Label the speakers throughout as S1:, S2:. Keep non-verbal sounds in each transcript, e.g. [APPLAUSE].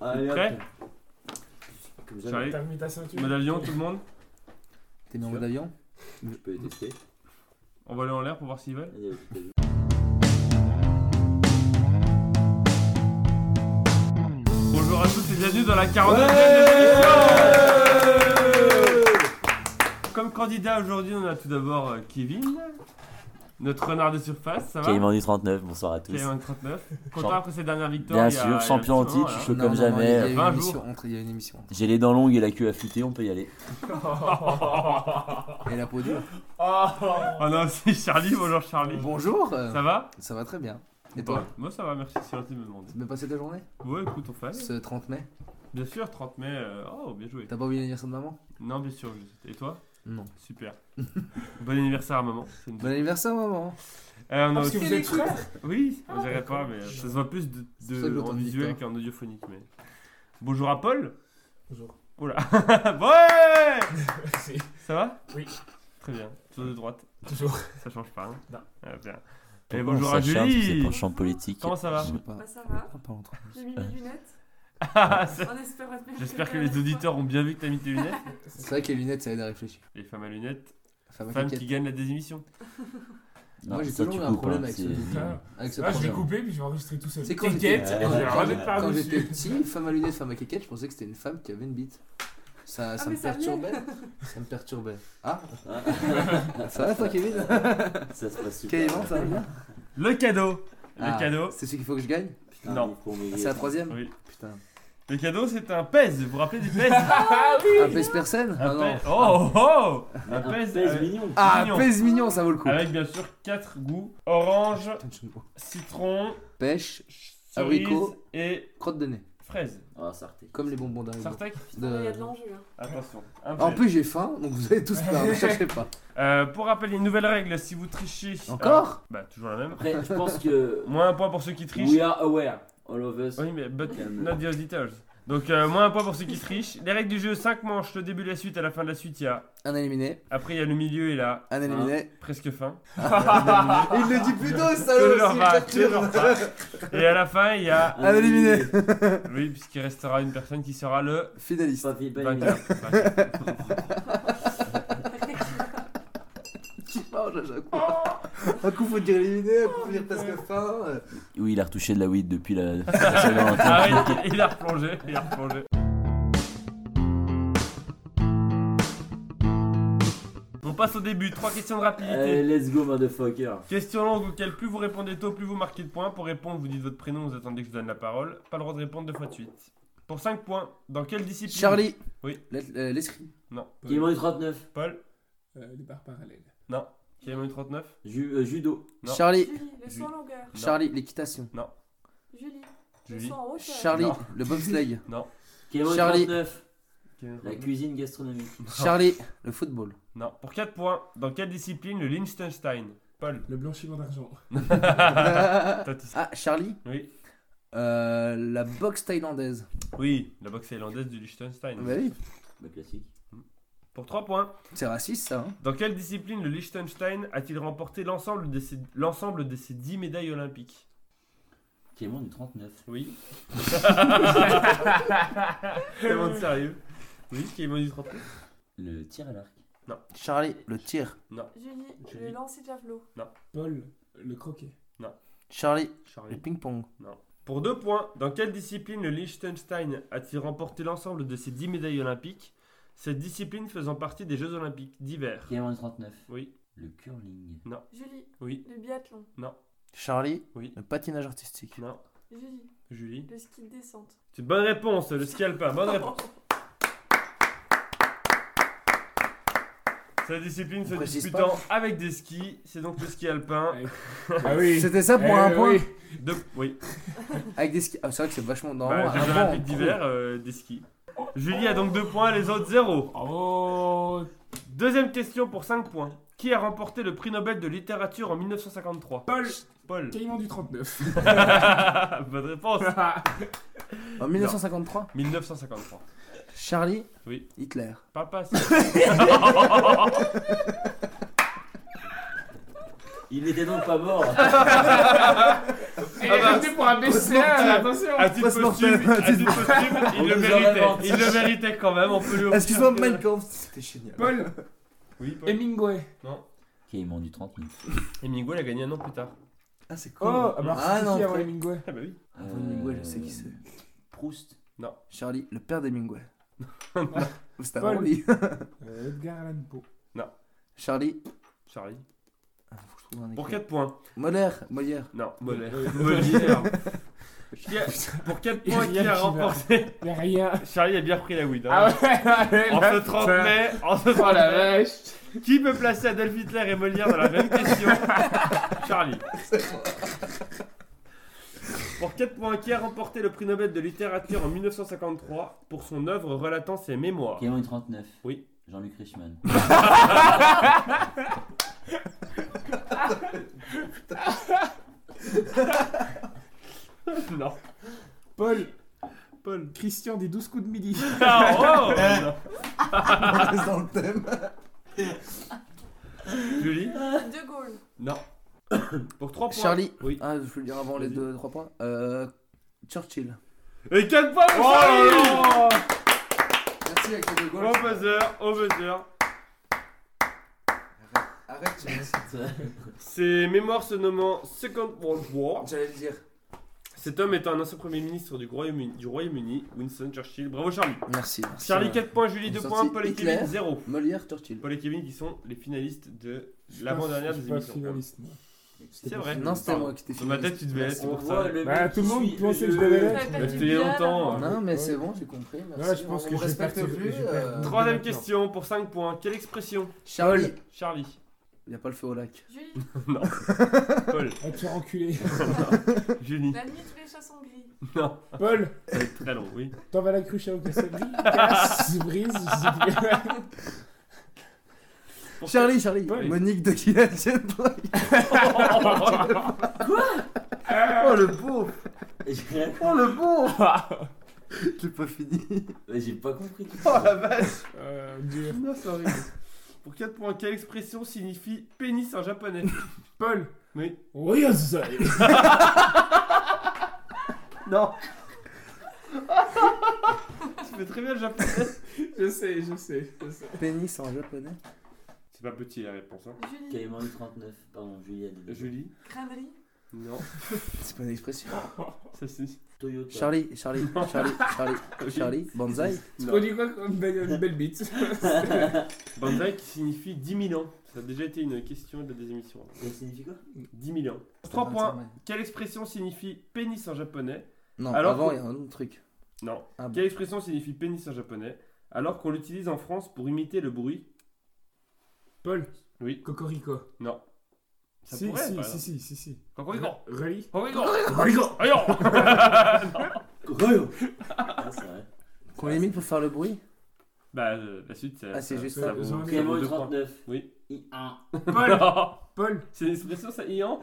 S1: Allez, hop.
S2: Prêt
S1: Comme jamais,
S2: J'arrive.
S3: T'as mis ta ceinture.
S2: Mode avion, tout le monde
S4: T'es mis en mode avion
S1: je peux les tester.
S2: On va aller en l'air pour voir s'ils veulent.
S1: Allez, hop.
S2: Bonjour à tous et bienvenue dans la 49e émission Comme candidat aujourd'hui, on a tout d'abord euh, Kevin, notre renard de surface, ça va
S5: Caïman du 39, bonsoir à tous.
S2: Kevin 39. Content après ses dernières victoires
S5: Bien
S2: il y a- il y a
S5: sûr, champion
S2: un petit moment,
S5: antique, je suis chaud comme
S4: il y a
S5: jamais.
S4: une
S2: 20
S4: émission,
S2: jours.
S4: entre- Il y a une émission.
S5: J'ai les dents longues et la queue affûtée, on peut y aller.
S2: Eh
S4: Et la peau dure.
S2: là. [LAUGHS] Oh non, c'est Charlie, bonjour Charlie.
S4: Bonjour euh,
S2: Ah Ça va
S4: Ça va très bien. Et
S2: Bon,
S4: toi
S2: Moi ça va, merci, c'est gentil de me demander.
S4: T'as bien passé ta journée
S2: Ouais, écoute, on fait. aller.
S4: Ce 30 mai
S2: Bien sûr, 30 mai, euh, oh, bien joué.
S4: T'as pas oublié l'anniversaire de maman
S2: Non, bien sûr, je- et toi
S4: Non.
S3: [LAUGHS]
S2: Super. bon anniversaire à maman. c'est une-
S4: Bon anniversaire maman
S2: Euh, on a
S3: Ah, Parce que
S2: aussi-
S3: vous êtes frères.
S2: Oui, on dirait pas, mais ça se voit plus de,
S4: Ah, C'est ça que
S2: de-
S4: hein.
S2: en
S4: j'entends de
S2: visuel
S4: Victor.
S2: qu'en audiophonique. Mais... Bonjour à Paul.
S3: [LAUGHS] Bonjour.
S2: Oula. [LAUGHS] ouais
S3: Merci.
S2: Ça va
S3: Oui.
S2: Très bien. Tour de droite,
S3: Toujours.
S2: ça change pas. hein
S3: Non.
S2: Ah, bien. Et
S5: Pourquoi
S2: bonjour
S5: on
S2: à
S5: s'acharne sur ces
S2: Julie.
S5: penchants politiques
S2: Comment ça va [LAUGHS]
S4: Je sais pas.
S6: Bah ça va,
S4: Ah, pas entre-
S6: j'ai mis mes lunettes.
S2: Ah, ça-
S6: On espère retenir
S2: J'espère que
S6: la
S2: les
S6: dernière
S2: auditeurs ont bien vu que t'as mis tes lunettes.
S4: C'est vrai que les lunettes ça aide à réfléchir.
S2: Les femmes à lunettes,
S4: Femme à
S2: femmes
S4: claquettes.
S2: qui gagnent la désémission.
S5: Non,
S4: Moi j'ai
S5: ça,
S4: toujours
S5: tu
S4: eu un
S5: coupes,
S4: problème
S5: hein,
S4: avec ce
S5: c'est-
S2: Ah.
S4: truc-là, avec ce
S3: Là, Ah, je vais
S4: programme.
S3: couper puis je vais enregistrer tout seul.
S4: C'est quand
S3: T'inquiète,
S4: j'étais-
S3: je vais
S4: quand-
S3: remettre par
S4: quand j'étais
S3: dessus.
S4: petit, femme à lunettes, femme à caquette, je pensais que c'était une femme qui avait une bite. Ça, Ah, ça
S6: mais
S4: me
S6: ça
S4: perturbait. Ça me perturbait. Ah
S1: [LAUGHS]
S4: Ça va toi Kevin
S1: Ah. Ça se passe super.
S4: [LAUGHS] Kevin, ça va bien
S2: Le cadeau.
S4: Ah,
S2: Le cadeau.
S4: C'est celui qu'il faut que je gagne
S1: Putain,
S2: Non.
S1: il faut m'aider.
S4: Ah, C'est la troisième
S2: Oui.
S4: Putain.
S2: Le cadeau, c'est un pèse. Vous vous rappelez du
S4: [LAUGHS]
S2: pèse
S4: Un pèse personne Ah
S2: Un
S4: non
S2: pèse. Oh oh
S1: Mais
S2: Un pèse.
S1: pèse
S2: euh,
S1: mignon.
S4: Ah,
S2: mignon. Ah
S4: pèse mignon, ça vaut le coup
S2: Avec bien sûr 4 goûts orange,
S4: Putain de jeu de mots.
S2: citron,
S4: Pêche,
S2: cerise
S4: Ah, Abricot.
S2: et
S4: crotte de nez,
S2: fraise.
S1: Ah, ça retèque.
S4: comme les bonbons d'Haribo.
S2: Sartec
S6: fois. Putain, Il y a de l'enjeu. hein.
S2: Attention. un
S4: En
S2: pèse.
S4: plus j'ai faim, donc vous allez tous pas, ne
S2: [LAUGHS]
S4: cherchez pas.
S2: Euh, pour rappel, il y a une nouvelle règle si vous trichez.
S4: Encore
S2: euh, Bah, toujours la même.
S1: Après, je
S2: [LAUGHS]
S1: pense que.
S2: Moins un point pour ceux qui trichent.
S1: We are aware. All of us.
S2: Oui, mais but
S1: Calme.
S2: not the auditors. Donc, euh, moins un point pour ceux qui trichent. Les règles du jeu 5 manches, le début, la suite, à la fin de la suite, il y a.
S4: Un éliminé,
S2: Après, il y a le milieu et là,
S4: un éliminé.
S2: presque fin. Ah.
S4: Et il le dit plus tôt,
S2: Que
S4: salaud
S2: leur
S4: s'il
S2: va,
S4: le perturbe.
S2: que leur va. Et à la fin, il y
S4: [LAUGHS]
S2: a.
S4: Un Ah, éliminé.
S2: Oui, puisqu'il restera une personne qui sera le
S4: Finaliste.
S1: Pas pas éliminé.
S2: vainqueur.
S4: Qui change à chaque fois.
S2: Oh.
S4: Un coup faut dire éliminé, un coup faut dire presque fin. euh.
S5: Oui, il a retouché de la weed depuis
S2: [LAUGHS]
S5: la, la Saint-Valentin.
S2: Ah oui, il a replongé, il a replongé. On passe au début, trois questions de
S1: Allez,
S4: Euh,
S2: rapidité.
S1: let's go, motherfucker.
S2: Question longue auquel plus vous répondez tôt, plus vous marquez de points. Pour répondre, vous dites votre prénom, vous attendez que je vous donne la parole. Pas le droit de répondre deux fois de suite. Pour 5 points, dans quelle discipline
S4: Charlie.
S2: Oui.
S4: L'es- euh, L'escrime.
S2: Non.
S1: Kevin du 39.
S2: Paul
S3: Euh, Les barres parallèles.
S2: Non. Qui a 39
S1: Ju- euh, judo.
S2: Non.
S4: Charlie.
S6: Julie, le
S2: Julie.
S6: saut en longueur.
S2: Non.
S4: Charlie, l'équitation.
S6: Julie, le
S2: Julie
S6: saut en hauteur.
S4: Charlie,
S2: Non. [LAUGHS]
S4: le bobsleigh.
S1: Kevin
S4: Charlie.
S1: 39.
S2: Kevin
S1: La
S2: 39.
S1: cuisine gastronomique.
S4: Charlie,
S2: [LAUGHS]
S4: le football.
S2: Non. Pour 4 points, dans quelle discipline le Liechtenstein Paul
S3: Le blanchiment d'argent.
S4: ah,
S2: Toi, tu sais.
S4: Charlie,
S2: Oui.
S4: euh, la boxe thaïlandaise.
S2: Oui, la boxe thaïlandaise du Liechtenstein.
S4: Bah oui,
S1: Bah, classique.
S2: Pour 3 points.
S4: c'est raciste ça. hein.
S2: Dans quelle discipline le Liechtenstein a-t-il remporté l'ensemble de, ses, l'ensemble de ses 10 médailles olympiques
S1: Kevin du 39.
S2: [LAUGHS] Oui. Tellement de sérieux. Oui, qui est menu 30
S1: Le tir à l'arc.
S4: Charlie, le tir.
S6: Julie, le
S2: Julie.
S6: lancer de javelot.
S3: Paul, le croquet.
S4: Charlie, le
S2: Charlie.
S4: ping-pong.
S2: Pour 2 points, dans quelle discipline le Liechtenstein a-t-il remporté l'ensemble de ses 10 médailles olympiques Cette discipline faisant partie des Jeux olympiques d'hiver.
S1: Kevin du 39.
S2: Oui,
S1: Le curling.
S6: Julie,
S2: oui,
S6: le biathlon.
S4: Charlie,
S2: Oui.
S4: le patinage artistique.
S2: non.
S6: Julie,
S2: Julie.
S6: le ski de
S2: [LAUGHS]
S6: descente.
S2: C'est une bonne réponse, le ski alpin, bonne réponse. Cette discipline se
S4: On précise
S2: disputant avec des skis, c'est donc le ski alpin.
S3: Ah oui.
S4: C'était ça pour un point.
S2: De... Oui,
S4: Avec des skis. Ah, c'est vrai que c'est vachement dans
S2: bah, Jeux
S4: un
S2: olympiques
S4: point.
S2: d'hiver, euh, des skis. Julie a donc 2 points, les autres 0.
S3: Oh,
S2: Deuxième question pour 5 points. Qui a remporté le prix Nobel de littérature en 1953
S3: Paul,
S2: Paul. Ah,
S3: Caïman du 39.
S2: bonne
S3: [LAUGHS]
S2: réponse.
S4: En 1953,
S2: 1953.
S4: Charlie,
S2: Oui.
S4: Hitler.
S2: Papa,
S5: [LAUGHS]
S1: Il n'était donc pas mort.
S3: Et
S2: Ah bah,
S3: arrêté pour un baiser, attention
S2: À titre
S4: Passe
S2: posthume,
S4: mortel.
S2: à titre posthume, il le
S1: nous en
S2: méritait.
S1: invente.
S2: Il le méritait quand même, on peut le.
S4: Excuse-moi, Mein Kampf, c'était génial.
S3: Paul
S2: Oui, Paul.
S3: Hemingway.
S5: Caïman du 39.
S2: Hemingway l'a gagné un an plus tard.
S4: Ah, c'est cool.
S3: Oh, ah, bah,
S4: Ah,
S3: si,
S4: non,
S3: si, avant
S4: frère.
S3: Hemingway.
S2: Ah bah oui.
S4: Ah, Von Hemingway, je sais qui c'est.
S5: Euh, Proust.
S4: Charlie, le père d'Hemingway.
S3: [LAUGHS]
S4: Ou c'était
S3: Paul.
S4: avant lui.
S3: Euh, Edgar Allan Poe.
S4: [LAUGHS] Charlie.
S2: Charlie.
S4: Ah, faut que je trouve un
S2: Pour
S4: écrit.
S2: 4 points.
S4: Molière,
S3: [LAUGHS]
S4: Molière.
S2: Non, Molière.
S3: Euh,
S2: [LAUGHS] Molière. Qui a- Pour 4 points, qui a remporté
S3: Il a rien.
S2: Charlie a bien repris la weed. hein.
S3: Ah ouais, [LAUGHS] ouais,
S2: En
S3: là,
S2: ce 30
S3: putain.
S2: mai, en ce
S3: Oh
S2: 30
S3: la
S2: mai,
S3: vache
S2: qui peut placer Adolf Hitler et Molière dans la même
S3: [LAUGHS]
S2: question Charlie. Pour 4 points, qui a remporté le prix Nobel de littérature en 1953 pour son œuvre relatant ses mémoires
S5: Caïman du 39.
S2: Oui.
S5: Jean-Luc Reichmann. [LAUGHS]
S2: Non.
S3: Paul,
S2: Paul.
S3: Christian des 12 coups de
S4: [LAUGHS]
S3: midi.
S2: Ah,
S3: [LAUGHS]
S2: oh
S3: Euh.
S4: On reste [LAUGHS] dans le thème.
S2: Julie
S6: De Gaulle.
S2: Non. [COUGHS] Pour 3 points.
S4: Charlie.
S2: Oui.
S4: Ah, je voulais dire avant les
S2: Vas-y.
S4: deux, trois points. Euh, Churchill.
S2: Et 4 points pour
S3: Oh
S2: Charlie
S3: là là
S4: Merci avec les deux
S2: Au buzzer, au buzzer.
S4: Arrête,
S2: Ses mémoires se nommant Second World War.
S4: j'allais le dire.
S2: Cet homme étant un ancien premier ministre du Royaume-Uni, du Royaume-Uni, Winston Churchill. Bravo Charlie.
S4: Merci, merci.
S2: Charlie
S4: Ouais.
S2: 4 points, Julie
S4: Ils
S2: 2
S4: sont
S2: points, Paul et
S4: Hitler.
S2: Kevin 0.
S4: Molière, Churchill.
S2: Paul et Kevin qui sont les finalistes de
S3: Je suis
S2: l'avant-dernière
S3: pas-
S2: des
S3: je suis pas
S2: émissions.
S3: finaliste, moi.
S2: C'est vrai.
S4: Non, c'était moi qui t'ai
S2: Dans ma tête, tu devais être c'est
S5: On
S2: pour
S5: voit
S2: ça.
S5: le
S3: Bah,
S5: mec
S3: tout le
S5: qui
S3: monde
S5: suit
S3: pensait que je
S5: le-
S3: devais l'être.
S6: Ça fait
S2: Bah,
S6: du
S2: c'était il y a
S6: bien
S2: longtemps,
S6: d'avoir-
S4: Non, mais c'est bon, j'ai compris. Merci.
S3: Ouais, je pense
S4: on
S3: que je vais
S4: respecte
S3: partir,
S4: plus.
S3: je vais perdre.
S4: euh,
S2: Troisième
S3: D'accord.
S2: question pour 5 points. Quelle expression
S4: Charlie.
S2: Charlie.
S4: Il y a pas le feu au lac.
S6: Julie.
S2: Paul.
S3: [LAUGHS] Ah, tu es enculé.
S2: Julie.
S6: La nuit, tous les chats sont gris.
S2: Non.
S3: Paul,
S2: Très long, oui.
S3: t'en vas la cruche à Okasabri. Casse, brise, je sais plus.
S2: Pour-
S4: Charlie, Charlie.
S2: Paul.
S4: Monique de Killalian Boy.
S2: [LAUGHS] Oh le beau
S5: J'ai rien-
S4: Oh le bon
S2: [LAUGHS]
S4: J'ai pas fini.
S5: Ouais, [LAUGHS] J'ai pas compris.
S2: Oh la vache
S3: [LAUGHS] Euh, dur.
S2: Non, c'est horrible. Pour 4 points, quelle expression signifie pénis en japonais
S3: Paul.
S2: Oui.
S3: Ryozai.
S2: Non Tu fais très bien le japonais
S3: Je sais, je sais, je sais.
S4: Pénis en japonais.
S2: C'est pas petit la réponse, hein.
S6: Julie.
S5: Caïman du 39. Pardon, Juliette.
S2: Julie
S6: Crânerie.
S2: Non.
S4: C'est pas une expression.
S2: Ça si.
S5: Toyota.
S4: Charlie, Charlie, Charlie, Charlie, Charlie. Banzai.
S3: On dit quoi comme belle, une belle bite
S2: Bandai qui signifie 10 000 ans. Ça a déjà été une question de des émissions.
S5: Ça signifie quoi
S2: 10 000 ans. 3 points. Quelle expression signifie pénis en japonais
S4: Non,
S2: Alors
S4: avant,
S2: que-
S4: il y a un autre truc.
S2: Non.
S4: Ah bon.
S2: Quelle expression signifie pénis en japonais alors qu'on l'utilise en France pour imiter le bruit
S3: Paul.
S2: Oui.
S3: Cocorico.
S2: Non. Ça
S3: si,
S2: pourrait,
S3: si,
S2: par
S3: si,
S2: exemple.
S3: si, si, si.
S2: Cocorico.
S3: Rally.
S2: Cocorico.
S3: Cocorico.
S2: Aïe, oh
S3: [LAUGHS]
S2: [LAUGHS]
S5: Ah, c'est vrai.
S4: Qu'on limite pour faire le bruit
S2: Bah, euh, la suite, ça.
S4: Ah, c'est
S2: ça-
S4: juste
S2: ça
S4: ça.
S2: vaut-
S3: Ils ont
S2: ça vaut
S5: Caïman du
S2: deux points.
S5: 39.
S2: Oui.
S5: I1.
S3: Paul.
S2: [LAUGHS] Non.
S3: Paul.
S2: C'est une expression, ça, Ian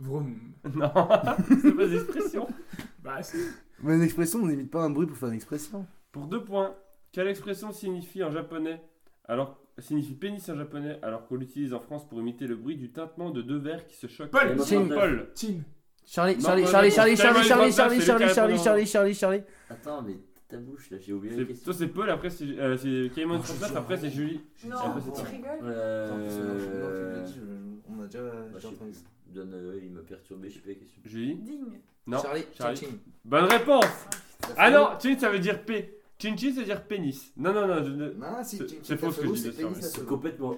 S3: Vroom.
S2: Non, [LAUGHS] c'est pas une expression.
S3: Bah, si.
S4: Mais une expression, on n'imite pas un bruit pour faire une expression.
S2: Pour deux points, quelle expression signifie en japonais alors signifie pénis en japonais alors qu'on l'utilise en France pour imiter le bruit du tintement de deux verres qui se choquent
S3: Paul.
S5: Caïman du
S4: Chine.
S5: 39.
S2: Paul
S3: Chin.
S4: Charlie,
S2: Non,
S4: Charlie,
S2: non,
S4: Charlie,
S2: non,
S4: Charlie,
S2: non,
S4: Charlie,
S2: non,
S4: Charlie,
S2: non,
S4: Charlie,
S2: c'est le
S4: Charlie, Charlie,
S2: carré
S4: Charlie, Charlie, Charlie.
S5: Attends, mais ta bouche là, j'ai oublié la
S2: C'est-
S5: question.
S2: Toi c'est Paul, après c'est euh, c'est Caïman
S4: Oh,
S2: 39,
S4: j'ai
S2: après c'est
S4: dit-
S2: Julie.
S6: Non,
S2: dit-
S6: tu rigoles.
S5: Euh.
S4: On a déjà.
S5: bah, je sais pas, il me donne, euh, il m'a perturbé, je sais pas la question.
S2: Julie
S6: Digne.
S2: Non.
S4: Charlie,
S2: Charlie.
S4: Ching.
S2: Bonne réponse Ah non, chin ça veut dire P. Chin chin ça veut dire pénis. Non, non, non, je ne-
S4: Non, si,
S2: C'est-
S4: Ching,
S2: c'est faux ce que je dis, bien sûr, mais
S5: C'est complètement.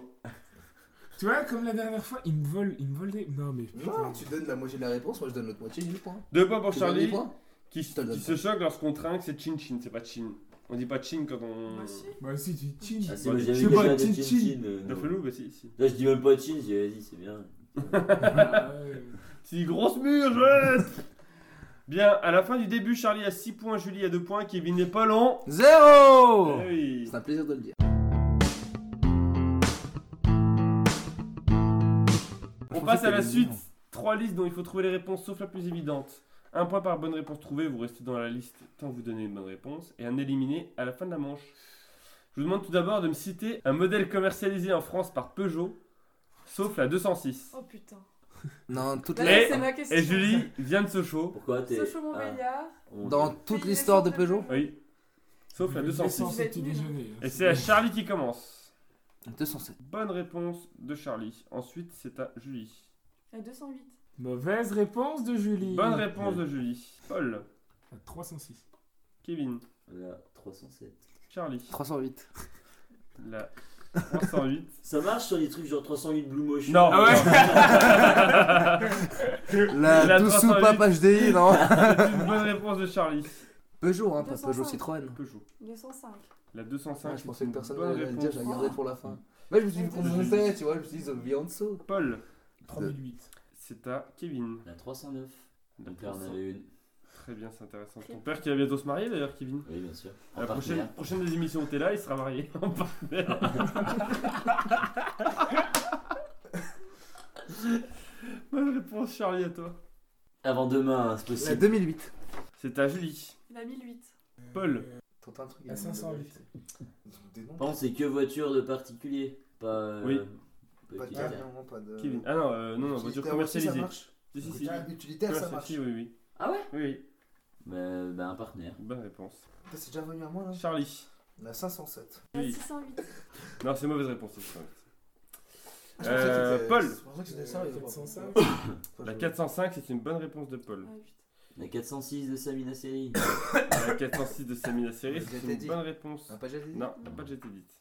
S3: Tu vois, comme la dernière fois, ils me volent, ils me volent des. Non, mais.
S4: Non, tu donnes la moitié de la réponse, moi je donne l'autre moitié, j'ai le point.
S2: Deux points pour
S4: Tu donnes les
S2: Oh, Charlie
S4: points
S2: qui,
S4: Je te le
S2: qui se
S4: donne.
S2: choque lorsqu'on trinque, c'est chin chin, c'est pas chin. On dit pas chin quand on.
S6: Moi aussi.
S3: Bah, si, tu chin.
S5: Ah, c'est moi,
S2: Je
S5: j'avais
S3: sais pas,
S5: déjà
S3: chin,
S5: de chin
S3: chin.
S5: chin. euh,
S2: La
S5: non.
S2: felou, bah si, si.
S5: Là, je dis même pas chin, j'ai vas-y, c'est bien.
S3: Bah, ouais.
S2: Si grosse mur, je Bien, à la fin du début, Charlie a 6 points, Julie a 2 points, Kevin n'est pas long.
S4: Zéro
S2: Eh oui.
S4: C'est un plaisir de le dire.
S2: On passe à la suite. Trois listes dont il faut trouver les réponses sauf la plus évidente. Un point par bonne réponse trouvée, vous restez dans la liste tant que vous donnez une bonne réponse, et un éliminé à la fin de la manche. Je vous demande tout d'abord de me citer un modèle commercialisé en France par Peugeot, sauf la 206.
S6: Oh putain.
S4: Non, toute
S6: Là,
S4: la-
S2: Et-
S6: c'est ma question.
S2: Et Julie vient de Sochaux.
S5: Pourquoi t'es.
S6: Sochaux
S5: Ah,
S6: Montbéliard.
S5: on-
S4: dans toute l'histoire de Peugeot.
S2: Oui. Sauf la 206.
S6: Vous êtes
S3: petit
S6: nuls.
S3: déjeuner. hein.
S2: Et c'est à Charlie qui commence.
S4: 207.
S2: Bonne réponse de Charlie. Ensuite, c'est à Julie.
S6: La 208.
S3: Mauvaise réponse de Julie.
S2: Bonne réponse de Julie. Paul,
S3: À 306.
S2: Kevin,
S5: La 307.
S4: [LAUGHS]
S2: Charlie.
S4: 308.
S2: La 308.
S5: [LAUGHS] Ça marche sur les trucs genre 308 Blue Motion
S2: Non.
S3: Ah ouais
S2: Ah
S4: La,
S2: La
S4: 12
S2: 308.
S4: soupape HDI, non
S2: C'est une [LAUGHS] bonne réponse de Charlie.
S4: [LAUGHS] Peugeot, hein, pas
S6: 205.
S4: Peugeot Citroën.
S2: Peugeot.
S6: 205.
S2: La 205.
S4: Ouais, je
S2: c'est
S4: pensais que
S2: une
S4: personne
S2: bonne
S4: n'allait le dire, j'ai
S2: réponse.
S4: regardé pour la fin. Moi, je me suis dit qu'on
S2: Je-
S4: montait, tu vois, je me suis dit, ils en dessous.
S2: Paul,
S3: 3008.
S2: c'est à Kevin.
S5: La 309. Mon père en avait une.
S2: Très bien, c'est intéressant. Ton père qui va bientôt se marier d'ailleurs, Kevin.
S5: Oui, bien sûr. En
S2: La prochaine,
S5: partenaire.
S2: prochaine des émissions où t'es là, il sera marié en partenaire. [LAUGHS] Bonne réponse, Charlie, à toi.
S5: Avant demain, hein, c'est
S4: La
S5: possible.
S4: 2008.
S2: C'est à Julie.
S6: La 1008.
S2: Paul.
S4: Tente un truc.
S3: La 508.
S4: Des noms.
S2: Oh,
S5: Par contre, c'est que voiture de particulier. Pas. euh,
S2: Oui.
S5: Pas de
S4: Ah,
S5: critère.
S4: non, pas de.
S2: Kevin. Ah non, euh, non, non, voiture
S4: Utilitaire aussi,
S2: commercialisée.
S4: ça marche.
S2: Si, si, si.
S4: Ah, Utilitaire, ça
S2: Commercial-
S4: marche.
S2: si, oui, oui.
S5: Ah ouais
S2: Oui, oui.
S5: Bah, bah, un partenaire.
S2: Bonne réponse.
S4: Putain, C'est déjà venu à moi là.
S2: Charlie.
S4: La 507.
S6: La
S2: Julie.
S6: 608.
S2: Non, c'est mauvaise réponse. c'est correct.
S4: Ah, je pensais que
S2: Euh,
S4: c'était-
S2: Paul.
S4: C'est pour ça que c'était ça. il y a pas-
S3: 405.
S2: Ah,
S4: Enfin,
S2: La
S4: je-
S2: 405, c'est une bonne réponse de
S4: [LAUGHS]
S2: Paul.
S6: La 8.
S5: La 406 de Samina Seri.
S2: La 406 de Samina Seri,
S4: Je
S2: c'est
S4: t'ai
S2: une
S4: dit.
S2: bonne réponse.
S4: Ah, pas déjà dit
S2: Non, t'as pas déjà été dite.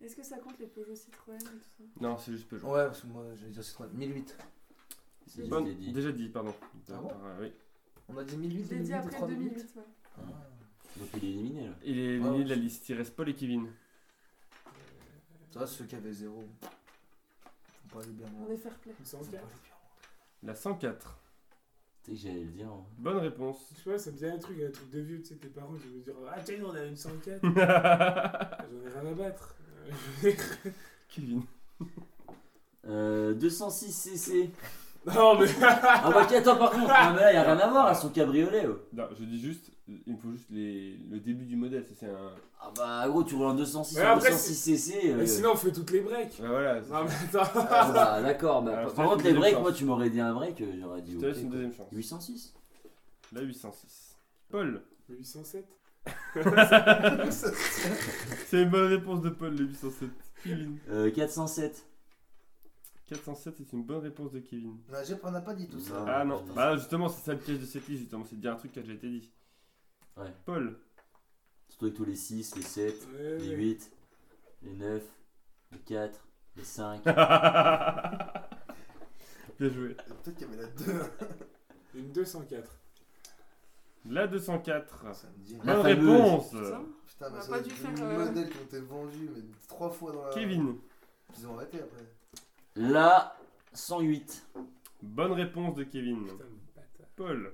S6: Est-ce que ça compte les Peugeot Citroën et tout ça
S2: Non, c'est juste Peugeot.
S4: Ouais, parce que moi j'allais dire Citroën. 1008.
S5: C'est
S2: Bonne-
S5: je t'ai dit.
S2: Déjà dit, pardon.
S4: Ah bon
S2: Par- euh, oui.
S4: On a dit 1008,
S6: J'ai dit
S4: 2008
S6: après
S4: 3008.
S6: 2008. ouais.
S4: Ah.
S5: Donc il est éliminé là.
S2: Il est
S4: Ah
S2: éliminé
S4: ouais.
S2: de la liste. Il reste Paul et Kevin.
S4: Tu vois, ceux qui avaient 0. Faut pas aller bien loin.
S6: On est fair play.
S4: Faut pas aller
S3: 104.
S4: bien loin.
S2: La 104.
S5: Tu sais que j'allais le dire. hein.
S2: Bonne réponse.
S3: Je sais pas, ça me dit un truc, un truc de vieux, tu sais, tes parents, ils vont me dire Ah, tiens, on a une 104. J'en ai rien à battre.
S2: [LAUGHS]
S3: [LAUGHS]
S2: Kevin.
S5: Euh, 206 CC.
S3: non, mais.
S5: Ah bah attends par contre, non, mais là y'a rien à voir à son cabriolet. oh.
S2: Non, je dis juste, il me faut juste les- le début du modèle. ça, C'est un.
S5: Ah bah gros tu roules un 206,
S3: Mais
S5: un
S3: après,
S5: 206 CC. euh,
S3: Mais sinon, on fait toutes les breaks.
S2: Ah, voilà. c'est-
S3: Non, mais attends.
S5: Ah
S2: [LAUGHS]
S5: bah d'accord. Bah,
S2: Alors,
S5: par- par contre
S2: je te laisse une
S5: les
S2: deuxième
S5: breaks,
S2: chance.
S5: moi tu m'aurais dit un break, euh, j'aurais dit
S2: Je
S5: ok.
S2: te laisse une
S5: quoi.
S2: deuxième chance.
S5: 806
S2: La 806. Paul.
S3: Le 807.
S2: [LAUGHS] C'est une bonne réponse de Paul, le 807. Kevin.
S5: euh, 407.
S2: 407, c'est une bonne réponse de Kevin.
S4: Non, j'ai- On n'a pas dit tout ça.
S2: Ah non,
S5: putain.
S2: bah justement, c'est ça le piège de cette liste, justement, c'est de dire un truc qui a déjà été dit.
S5: Ouais.
S2: [LAUGHS] Paul,
S5: Surtout avec tous les 6, les 7,
S3: Ouais,
S5: les
S3: ouais.
S5: 8, les 9, les 4, les 5.
S2: bien joué.
S4: Peut-être qu'il y avait la 2.
S3: Une 204.
S2: La 204.
S4: Ah, Ça me dit.
S5: La
S2: bonne
S5: fameuse.
S2: réponse
S6: Ça
S4: Putain,
S6: On
S4: mais
S6: a
S4: ça,
S6: pas
S4: c'est
S6: dû
S4: le
S6: faire, euh,
S4: modèle qui ont été vendus, mais trois fois dans la.
S2: Kevin,
S4: Ils ont arrêté après.
S5: La 108.
S2: bonne réponse de Kevin.
S3: Putain, le bâtard.
S2: Paul,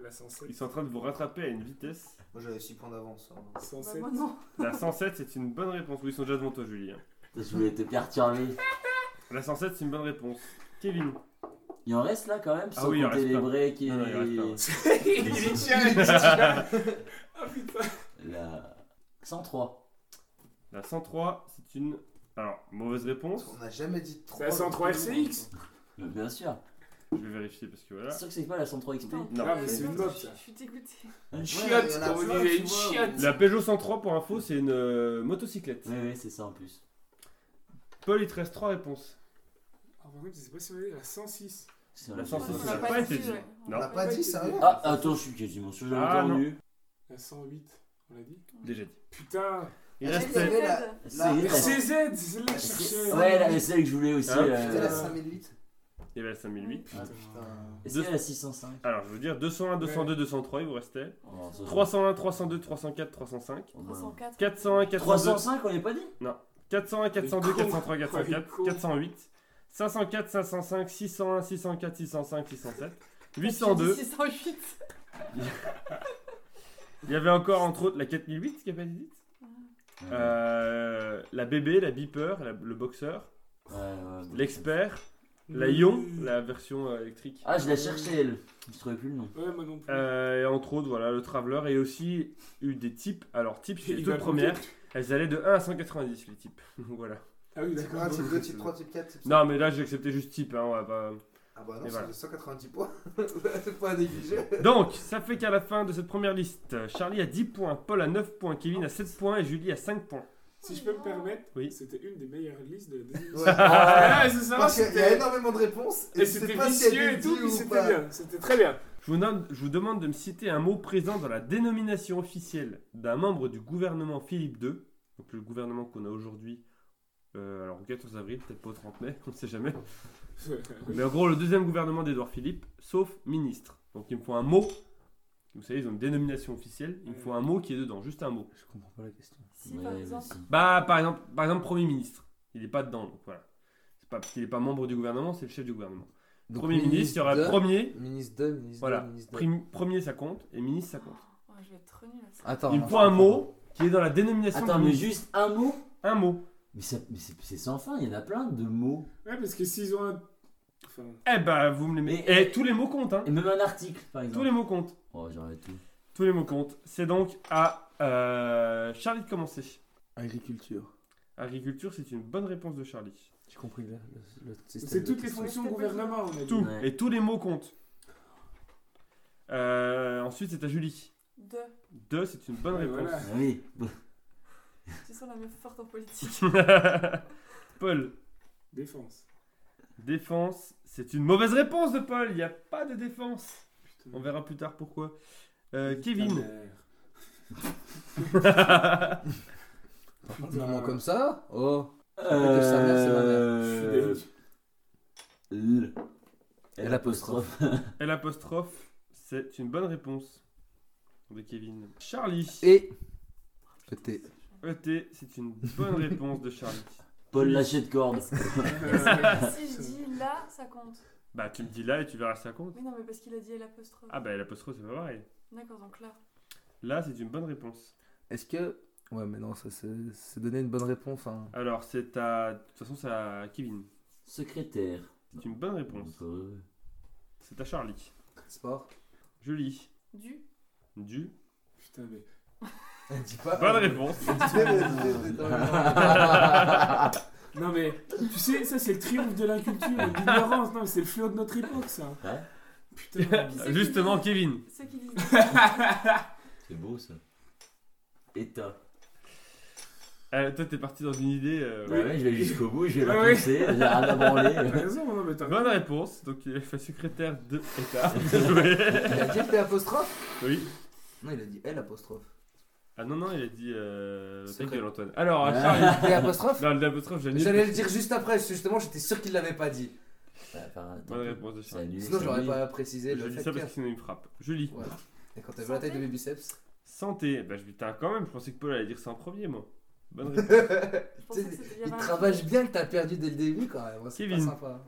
S3: La 107.
S2: ils sont en train de vous rattraper à une vitesse.
S4: Moi j'avais 6 points d'avance. hein.
S6: Bah,
S3: 107.
S6: moi non.
S2: La 107, c'est une bonne réponse. Oui, ils sont déjà devant toi, Julie. hein.
S5: Je voulais te perturber.
S2: La 107, c'est une bonne réponse. Kevin,
S5: Il en reste là quand même, sans
S2: Ah oui, il en
S5: compter
S2: reste
S5: les
S2: pas.
S5: breaks et
S2: Non, non, il en reste
S3: il est tiens, il est tiens. Ah putain.
S5: la 103.
S2: la 103, c'est une. Alors, mauvaise réponse.
S4: On n'a jamais dit 3.
S3: la 103 RCX.
S5: Mais bien sûr.
S2: Je vais vérifier parce que voilà.
S5: C'est sûr que c'est pas la 103 XP.
S6: Putain.
S2: Non.
S3: Ah, mais c'est
S6: Euh,
S3: une
S6: non,
S3: mop,
S6: je-
S3: ça.
S6: Je suis dégoûtée.
S3: Une
S4: chiotte,
S3: chiotte,
S4: comme on
S3: comme on
S4: disait,
S3: disait,
S4: une
S3: une
S4: chiotte.
S3: chiotte.
S2: La Peugeot 103, pour info, c'est une euh, motocyclette.
S5: Oui, oui, c'est ça en plus.
S2: Paul, il te reste 3 réponses.
S3: Ah, par contre, je sais pas si on est la 106.
S5: C'est
S2: La
S5: la
S6: Je
S2: 106,
S6: pense
S2: ça
S6: qu'on
S2: n'a
S6: l'a
S2: pas été dit.
S6: ouais.
S2: Non.
S4: On n'a pas dit sérieux
S5: Ah, attends, je suis quasiment sûr, j'avais
S2: Ah,
S5: entendu.
S3: La 108, on l'a dit.
S2: Déjà dit.
S3: Putain.
S2: Il
S4: Ah,
S2: reste
S4: j'ai
S2: la,
S4: dit. avait la-
S6: Zed.
S5: C'est
S4: La-
S5: la-
S3: RCZ, c'est celle-là que je
S5: c'est-
S3: cherchais.
S5: Ouais, la- c'est celle que je voulais aussi.
S2: Hein
S5: euh,
S4: C'était la 5008.
S2: il y avait la 5008.
S4: Ah,
S5: Ah,
S4: putain.
S5: Est-ce qu'il y a la 605
S2: Alors, je veux dire 201, 202, 203, il vous restait.
S5: Oh, ça, je-
S2: 301, 302, 304, 305.
S5: Oh, bah,
S6: 304.
S2: 401, 402,
S5: 305, on n'est pas dit
S2: 401, 402,
S3: Il est con.
S2: 403,
S3: Il est
S2: 404,
S3: con.
S2: 408, 504, 505, 601, 604, 605, 607,
S6: J'ai
S2: 802.
S6: dit 608.
S2: Il y avait encore, entre autres, la 4008 qui n'a pas été dite. Euh, la bébé, la beeper, la- le boxeur,
S5: Ouais, ouais, ouais.
S2: l'expert, la Ion, la version euh, électrique.
S5: Ah, je la cherchais, elle. Je trouvais plus le nom.
S3: Ouais, moi non plus.
S2: Euh, et entre autres, voilà, le Traveler et aussi eu des types. Alors, types, c'est les
S3: Il
S2: toutes
S3: va
S2: premières.
S3: compter.
S2: Elles allaient de 1 à 190, les types. [LAUGHS] Donc, voilà.
S3: Ah oui,
S4: Type 1,
S3: d'accord.
S4: type 2, type 3, type 4, type 5.
S2: Non, mais là, j'ai accepté juste type. Hein, on va pas...
S7: Ah bah
S2: Et
S7: non,
S2: voilà.
S7: c'est de 190
S4: [LAUGHS]
S7: points. c'est pas à négliger.
S2: Donc, ça fait qu'à la fin de cette première liste, Charlie a 10 points, Paul a 9 points, Kevin a 7 points et Julie a 5 points.
S3: Si je peux me permettre,
S2: Oui.
S3: c'était une des meilleures listes
S7: [LAUGHS]
S3: de la deuxième
S7: Ouais.
S3: Ah, c'est ça,
S7: Parce qu'il y a
S3: c'était.
S7: énormément de réponses.
S3: Et c'était vicieux et tout, mais c'était bien. C'était
S7: [LAUGHS]
S3: très bien.
S2: Je vous, nomme- je vous demande de me citer un mot présent dans la dénomination officielle d'un membre du gouvernement Philippe II, donc le gouvernement qu'on a aujourd'hui, euh, alors au 14 avril, peut-être pas au 30 mai, on ne sait jamais, mais en gros le deuxième gouvernement d'Édouard Philippe, sauf ministre. Donc il me faut un mot, vous savez, ils ont une dénomination officielle, il me faut un mot qui est dedans, juste un mot.
S5: Je comprends pas la question.
S6: Si, par exemple.
S2: Bah, par exemple, par exemple Premier ministre, il n'est pas dedans, donc voilà. C'est pas parce qu'il n'est pas membre du gouvernement, c'est le chef du gouvernement. premier ministre, il y aura
S4: de-
S2: premier,
S4: Ministre de, ministre
S2: Voilà.
S4: de, ministre de.
S2: prim- premier ça compte, et ministre ça compte.
S6: Oh, je vais être trop nul à ça.
S4: Attends.
S2: Il me
S4: attends,
S2: faut un
S4: attends.
S2: mot qui est dans la dénomination
S5: Attends,
S2: du
S5: mais
S2: mot.
S5: juste un mot
S2: Un mot.
S5: Mais, ça- mais c'est c'est sans fin, il y en a plein de mots.
S3: Ouais, parce que s'ils ont un. Enfin.
S2: Eh bah, vous me les mettez.
S5: Mais-
S2: Eh, tous les mots comptent, hein.
S5: Et même un article, par exemple.
S2: Tous les mots comptent.
S5: Oh, j'aurais tout.
S2: Tous les mots comptent. C'est donc à euh, Charlie de commencer.
S4: Agriculture.
S2: Agriculture, c'est une bonne réponse de Charlie.
S4: J'ai compris le, le- le système
S3: C'est
S4: de
S3: toutes les
S4: questions.
S3: fonctions gouvernement, on a dit.
S2: Tout.
S5: Ouais.
S2: Et tous les mots comptent. Euh, ensuite, c'est à Julie.
S6: Deux.
S2: Deux, c'est une bonne
S3: Ouais,
S2: réponse.
S3: voilà.
S5: Ah oui.
S6: Tu sens la meuf forte en politique.
S2: [LAUGHS] Paul.
S3: Défense.
S2: Défense, c'est une mauvaise réponse de Paul. Il n'y a pas de défense.
S3: Putain.
S2: On verra plus tard pourquoi. Euh,
S3: Ta
S2: Kevin.
S3: mère.
S2: [LAUGHS]
S4: Par contre,
S3: Putain.
S4: maman comme ça Oh.
S5: Euh,
S4: que sa mère, c'est ma mère.
S3: Je
S7: Euh,
S3: suis dégoûté.
S7: [LAUGHS]
S5: L.
S4: L apostrophe.
S2: L apostrophe, c'est une bonne réponse de Kevin. Charlie.
S4: Et. C'était.
S2: [LAUGHS] ET, c'est une bonne réponse de Charlie.
S5: Paul lâcher de corde.
S6: Est-ce que si je dis là, ça compte
S2: Bah, tu le dis là et tu verras si ça compte.
S6: Oui, non, mais parce qu'il a dit l'apostrophe.
S2: Ah, bah, l'apostrophe, c'est pas pareil.
S6: D'accord, donc là.
S2: Là, c'est une bonne réponse.
S4: Est-ce que. Ouais, mais non, ça c'est c'est donner une bonne réponse. Hein.
S2: Alors, c'est à. De toute façon, c'est à Kevin.
S5: Secrétaire.
S2: C'est une bonne réponse.
S5: Euh,
S2: C'est à Charlie.
S4: [LAUGHS] Sport.
S2: Julie.
S6: Du.
S2: Du.
S3: [LAUGHS] Putain, mais.
S4: Dis pas. [LAUGHS]
S2: Bonne réponse.
S3: Non, mais tu sais, ça c'est le triomphe de la culture, de l'ignorance. Non, mais c'est le fléau de notre époque, ça.
S5: Ouais.
S3: Putain.
S2: Justement, Kevin.
S6: Ceux qui disent.
S5: C'est beau ça. État.
S2: Euh, toi, t'es parti dans une idée. euh,
S5: Bah ouais, je vais aller jusqu'au bout, je vais
S3: Ah
S5: la
S3: oui.
S5: penser, j'ai rien à branler.
S4: Ah
S3: T'as raison, non, mais t'as
S2: Bonne réponse, donc il est fait secrétaire de État. [LAUGHS] Bien joué.
S4: Il a dit P apostrophe
S2: Oui.
S4: Non, il a dit L apostrophe.
S2: Ah non, non, il a dit. Euh, ta
S4: Secré-
S2: gueule, Antoine. Alors, à Charlie.
S4: P apostrophe
S2: Non, l'apostrophe, j'ai
S4: J'allais
S2: nul.
S4: le dire juste après, justement, j'étais sûr qu'il l'avait pas dit.
S5: Bah, enfin, tant
S2: Bonne
S5: pis.
S2: réponse de
S5: C'est
S2: Charlie.
S5: annulé.
S4: Sinon,
S5: c'est
S4: j'aurais
S5: annulé.
S4: pas précisé
S2: Je
S4: le
S2: dis
S4: fait
S2: ça parce
S4: que.
S2: que sinon il me frappe. Julie.
S4: Voilà. Et quand t'as vu la taille de mes biceps
S2: Santé. Bah, je putain, quand même, je pensais que Paul allait dire ça en premier, moi.
S4: [LAUGHS]
S2: Bonne réponse.
S6: Je pensais que c'était- Oh. il y
S4: Il
S6: avait un-
S4: travaille bien que t'as perdu dès le début quand même, c'est pas
S2: Kevin.
S4: sympa.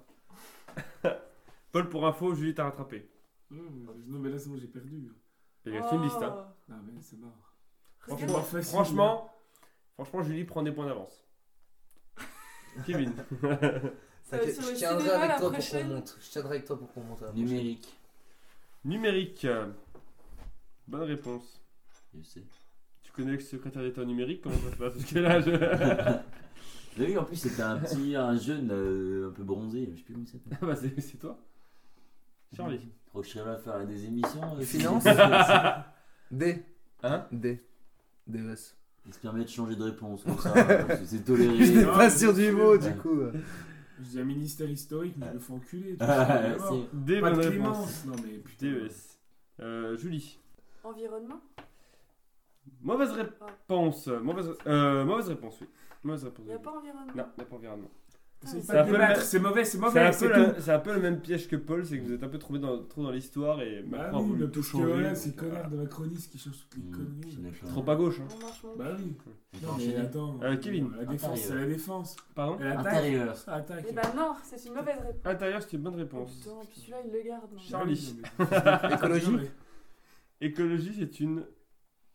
S2: Paul, pour info, Julie t'a rattrapé.
S3: Hum, Non, mais là c'est bon, j'ai perdu.
S2: Il reste une liste, hein.
S6: Oh.
S3: Non, mais c'est mort.
S6: Regarde,
S2: Franchement,
S3: facile,
S2: franchement, franchement, Julie prend des points d'avance. Kevin.
S4: [LAUGHS]
S6: ça va
S4: T'inquiète,
S6: Euh, sur
S4: je
S6: le
S4: tiendrai
S6: cinéma,
S4: avec
S6: la
S4: toi pour qu'on
S6: prochaine.
S4: monte. Je tiendrai avec toi pour qu'on monte. à la prochaine.
S5: Numérique.
S2: Numérique. Bonne réponse.
S5: Je sais.
S2: Tu connais le secrétaire d'État numérique Comment ça se passe Parce que là, je. [LAUGHS]
S5: J'ai vu en plus c'était un petit un jeune euh, un peu bronzé, je sais plus comment il s'appelle.
S2: Ah bah, c'est c'est toi Charlie.
S5: Faut que je serais là à faire des émissions. euh,
S4: Finance D.
S2: Hein
S4: D. DES.
S5: Il se permet de changer de réponse comme ça, euh, parce que c'est
S4: [LAUGHS] Je
S5: toléré.
S4: n'étais
S3: non,
S4: pas
S3: mais
S4: sûr
S3: c'est-
S4: du mot du
S5: ouais.
S4: coup.
S3: Je dis un ministère historique, mais je me fais enculer. [LAUGHS] tu
S5: Ah,
S3: sais,
S5: c'est-
S3: c'est mort.
S2: Des
S3: Pas
S2: bonnes
S3: de
S2: réponses.
S3: clémence. Non, mais putain.
S2: DES. E, Euh, Julie.
S6: Environnement
S2: Mauvaise réponse. Mauvaise, euh, mauvaise réponse, oui. Mauvaise réponse.
S6: Il n'y a
S2: Julie.
S6: pas environnement
S2: Non, il n'y a pas environnement.
S3: C'est
S6: C'est
S3: pas
S2: un
S3: de
S2: peu
S3: débattre,
S2: le-
S3: c'est mauvais, c'est
S2: C'est
S3: mauvais,
S2: un,
S3: c'est
S2: peu
S3: tout.
S2: la- c'est un peu le même piège que Paul, c'est que vous êtes un peu trouvé dans, trop dans l'histoire et
S3: Bah
S2: maintenant,
S3: oui,
S2: vous
S3: mais
S2: voulez tout
S3: parce que
S2: changer,
S3: voilà,
S2: donc,
S3: ces
S2: voilà.
S3: connards de Macronis qui changent toutes les
S5: Mmh,
S3: conneries.
S5: je n'ai pas-
S2: Trop pas gauche, hein.
S6: On marche mon
S3: Bah oui.
S5: On peut
S3: Non, mais
S5: enchaîner.
S3: attends.
S2: Euh, Kevin.
S3: La défense, c'est la défense.
S2: Pardon
S3: Elle attaque.
S5: Intérieur.
S3: Ça attaque.
S6: Eh bah non, c'est une mauvaise réponse.
S2: Intérieur, c'est une bonne
S6: Oh,
S2: réponse.
S6: putain, puis celui-là, il le garde. non.
S2: Charles. Charlie. [LAUGHS]
S4: Écologie.
S3: Non, mais-
S2: Écologie, c'est une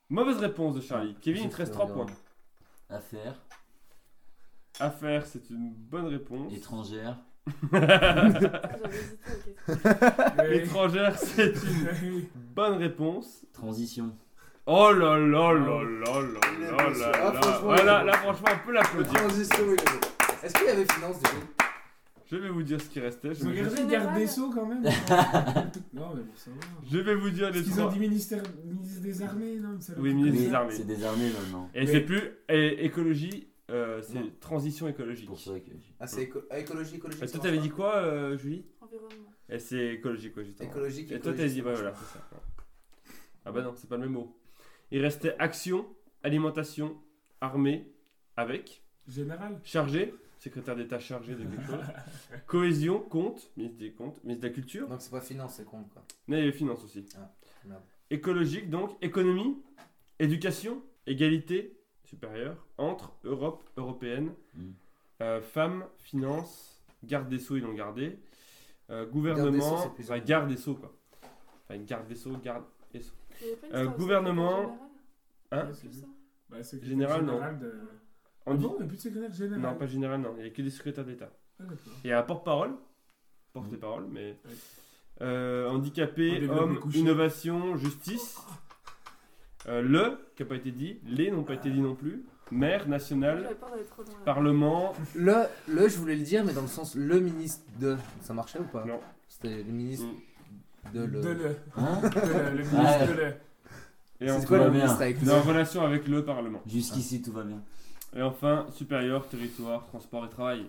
S2: mauvaise réponse de Charlie. Kevin, il te
S4: J'ai
S2: reste
S4: fait
S2: 3
S4: un
S2: points.
S5: Affaires.
S2: Affaires, c'est une bonne réponse.
S5: Étrangère.
S6: Ah, J'avais hésité, ok.
S3: Ouais.
S2: Euh,
S3: [LAUGHS]
S2: Étrangère, c'est une
S3: Ouais.
S2: bonne réponse.
S5: Transition.
S2: Oh là là là là là là
S4: Ah,
S2: là là.
S4: franchement,
S2: Voilà,
S4: il est
S2: là,
S4: bon.
S2: franchement, on peut l'applaudir.
S4: Transition, oui. Est-ce qu'il y avait finance du coup
S2: Je vais vous dire ce qui restait. Je,
S3: Ils ont
S2: vais-
S3: gardé le garde des Sceaux quand [LAUGHS] même. non, mais bon, ça va.
S2: je vais vous dire les
S3: Parce qu'ils ont
S2: trois.
S3: dit ministère, ministre des Armées, non une saloperie.
S2: Oui, ministre des
S1: C'est
S2: armées.
S1: désarmé maintenant.
S2: Et c'est plus et- écologie, euh, c'est
S4: Non.
S2: transition écologique.
S1: Pour ça que.
S4: Ah, c'est éco- écologie, écologie.
S2: Et
S4: ça
S2: toi,
S4: marche
S2: t'avais
S4: pas.
S2: dit quoi, euh, Julie
S6: Environnement.
S2: Et c'est écologique, quoi, justement.
S4: Écologique,
S2: Et toi, t'as
S4: écologique.
S2: dit, ouais, voilà, c'est ça. Ah bah non, c'est pas le même mot. Il restait action, alimentation, armée, avec,
S3: Général.
S2: chargé, secrétaire d'État chargé de quelque chose, cohésion, compte, ministre des comptes, ministre de la culture,
S4: Donc c'est pas finance, c'est con quoi.
S2: mais il y avait finance aussi.
S4: Ah, Merde.
S2: Écologique, donc, économie, éducation, égalité supérieure, entre, Europe, européenne,
S4: Hmm.
S1: Mm.
S2: euh, femmes, finances, garde des sceaux, ils l'ont gardé, euh,
S4: Garde des Sceaux,
S2: gouvernement,
S4: c'est plus
S2: enfin,
S4: important.
S2: garde des sceaux, quoi. Enfin, garde des sceaux, garde et sceaux.
S6: Il y avait pas une
S2: Euh,
S6: histoire de
S2: gouvernement.
S6: secrétaire
S2: Hein
S4: Ah
S6: général C'est ça
S3: Bah, secrétaire
S2: Général, non.
S3: général De...
S2: On
S3: Ah
S2: dit-
S3: bon, on n'a plus de secrétaire général.
S2: Non, pas général, non. Il n'y a que des secrétaires d'État.
S3: Ah, d'accord.
S2: Il y a un porte-parole. Porte-parole, mais.
S3: Ouais.
S2: Euh,
S3: On
S2: handicapé,
S3: développe le
S2: homme,
S3: coucher.
S2: innovation, justice. Euh, le, qui n'a pas été dit. Les n'ont pas été dit non plus. Maire, national,
S6: J'avais peur d'aller trop loin. là.
S2: parlement.
S4: Le, le, je voulais le dire, mais dans le sens le ministre de. Ça marchait ou pas
S2: Non. Mm.
S4: C'était le ministre
S3: De
S4: de le. [LAUGHS]
S3: le. de
S1: Hein
S2: [LAUGHS]
S3: le, le
S1: Ah.
S3: ministre de le.
S2: Et
S4: C'est
S2: enfin,
S4: quoi
S1: va
S4: le
S1: bien.
S4: ministre avec
S2: c'est en relation avec le Parlement.
S1: Jusqu'ici tout va bien.
S2: Et enfin, supérieur, territoire, transport et travail.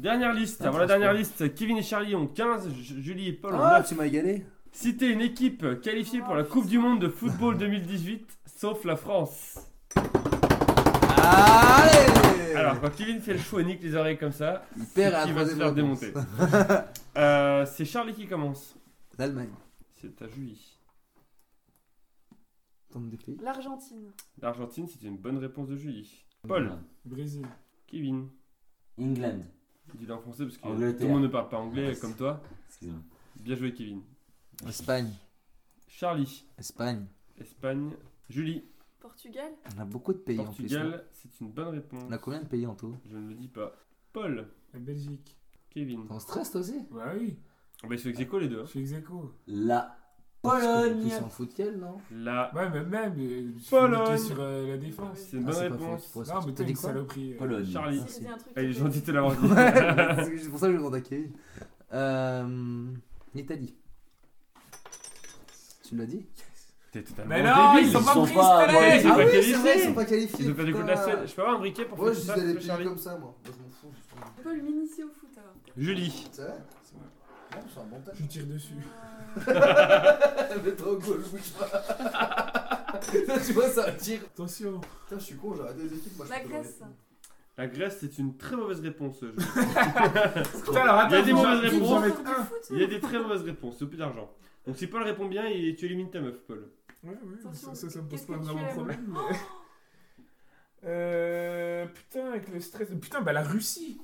S2: Dernière liste,
S4: Ah,
S2: voilà la
S4: transport.
S2: dernière liste. Kevin et Charlie ont 15, Ju- Julie et
S6: Oh,
S2: Paul ont 9.
S4: Ah, tu m'as égalé
S2: Citez une équipe qualifiée pour la Coupe du Monde de football 2018, sauf la France.
S4: Allez
S2: Alors, quand Kevin fait le show et nique les oreilles comme ça,
S4: il perd à
S2: c'est qui
S4: la
S2: va se
S4: troisième
S2: faire
S4: réponse.
S2: démonter. Euh, c'est Charlie qui commence.
S4: [LAUGHS] L'Allemagne.
S2: C'est à Julie.
S4: Tente des pays.
S6: L'Argentine.
S2: L'Argentine, c'est une bonne réponse de Julie. Paul,
S3: Brésil.
S2: Kevin,
S1: England.
S2: dis-le en français parce que
S1: Angleterre.
S2: tout le monde ne parle pas anglais
S1: Yes.
S2: comme toi.
S1: Excuse-moi.
S2: Bien joué, Kevin.
S4: Espagne.
S2: Charlie,
S4: Espagne.
S2: Espagne, Julie,
S6: Portugal.
S4: On a beaucoup de pays en plus.
S2: Portugal, c'est une bonne réponse.
S4: hein. On a combien de pays en tout
S2: Je ne le dis pas. Paul,
S3: La Belgique.
S2: Kevin.
S4: T'en stress toi aussi
S3: Bah oui,
S2: On va essayer ex aequo, les deux.
S3: je
S2: hein.
S3: suis ex aequo.
S1: La
S4: Parce que les
S1: Pologne.
S4: pays sont en foot quel, [LAUGHS] non
S2: La.
S3: Ouais, mais même, euh, je suis
S2: Pologne.
S3: bloqué sur euh, la défense.
S2: C'est une
S4: Ah,
S2: bonne
S4: c'est pas faux, tu
S2: réponse.
S4: pourrais
S3: Non,
S4: sortir.
S3: mais
S4: T'as
S3: t'es
S4: dit
S3: une
S4: quoi
S3: saloperie. euh.
S1: Pologne.
S2: Charlie.
S6: Si j'ai dit un truc.
S2: Ah, il est
S6: que-
S2: gentil de l'avoir dit.
S4: Ouais, c'est pour ça que je demande à Kevin. Euh, L'Italie. Tu l'as dit
S2: T'es totalement
S3: Mais non,
S2: débile.
S3: ils sont
S1: Ils sont
S3: pas Ah
S1: pas-
S3: pris,
S2: Ils sont
S3: cette
S4: Ah
S2: pas
S3: année.
S2: qualifiés.
S4: pas qualifiés.
S2: Ils ont perdu
S4: putain.
S2: contre la Suède. Je peux avoir un briquet pour
S4: Ouais,
S2: faire
S4: je
S2: ça,
S4: suis allé
S2: s'il te plaît, Charlie
S4: comme ça, moi. Moi, Je m'en fous. je suis-
S6: On peut l'initier au foot alors.
S2: Julie,
S4: C'est vrai C'est vrai. Ouais, je suis un bon [LAUGHS] tête.
S3: Je tire
S6: [LAUGHS]
S3: dessus.
S6: Euh,
S4: Mais trop cool, je bouge pas. Là, tu vois, ça tire.
S3: Attention.
S4: Putain, je suis con, j'ai arrêté les équipes. Moi, je
S6: La
S2: [LAUGHS]
S4: peux
S6: Grèce.
S4: pas
S2: la Grèce c'est une très mauvaise réponse. Julie.
S3: Putain, alors attends,
S2: Il y a des
S3: faut
S2: mauvaises
S3: que j'en- faut que
S2: réponses.
S3: j'en
S6: Ils
S3: mette
S6: font du
S3: un.
S6: foot,
S2: Il y a des très mauvaises réponses, c'est plus d'argent. Donc si Paul répond bien, il- tu élimines ta meuf, Paul.
S3: Ouais, ouais,
S6: Attention,
S3: ça, ça, ça me pose
S6: qu'est-ce
S3: pas
S6: que tu
S3: vraiment de
S6: aimes Oh
S3: problème. mais- Euh. Putain, avec le stress. Putain, bah la Russie.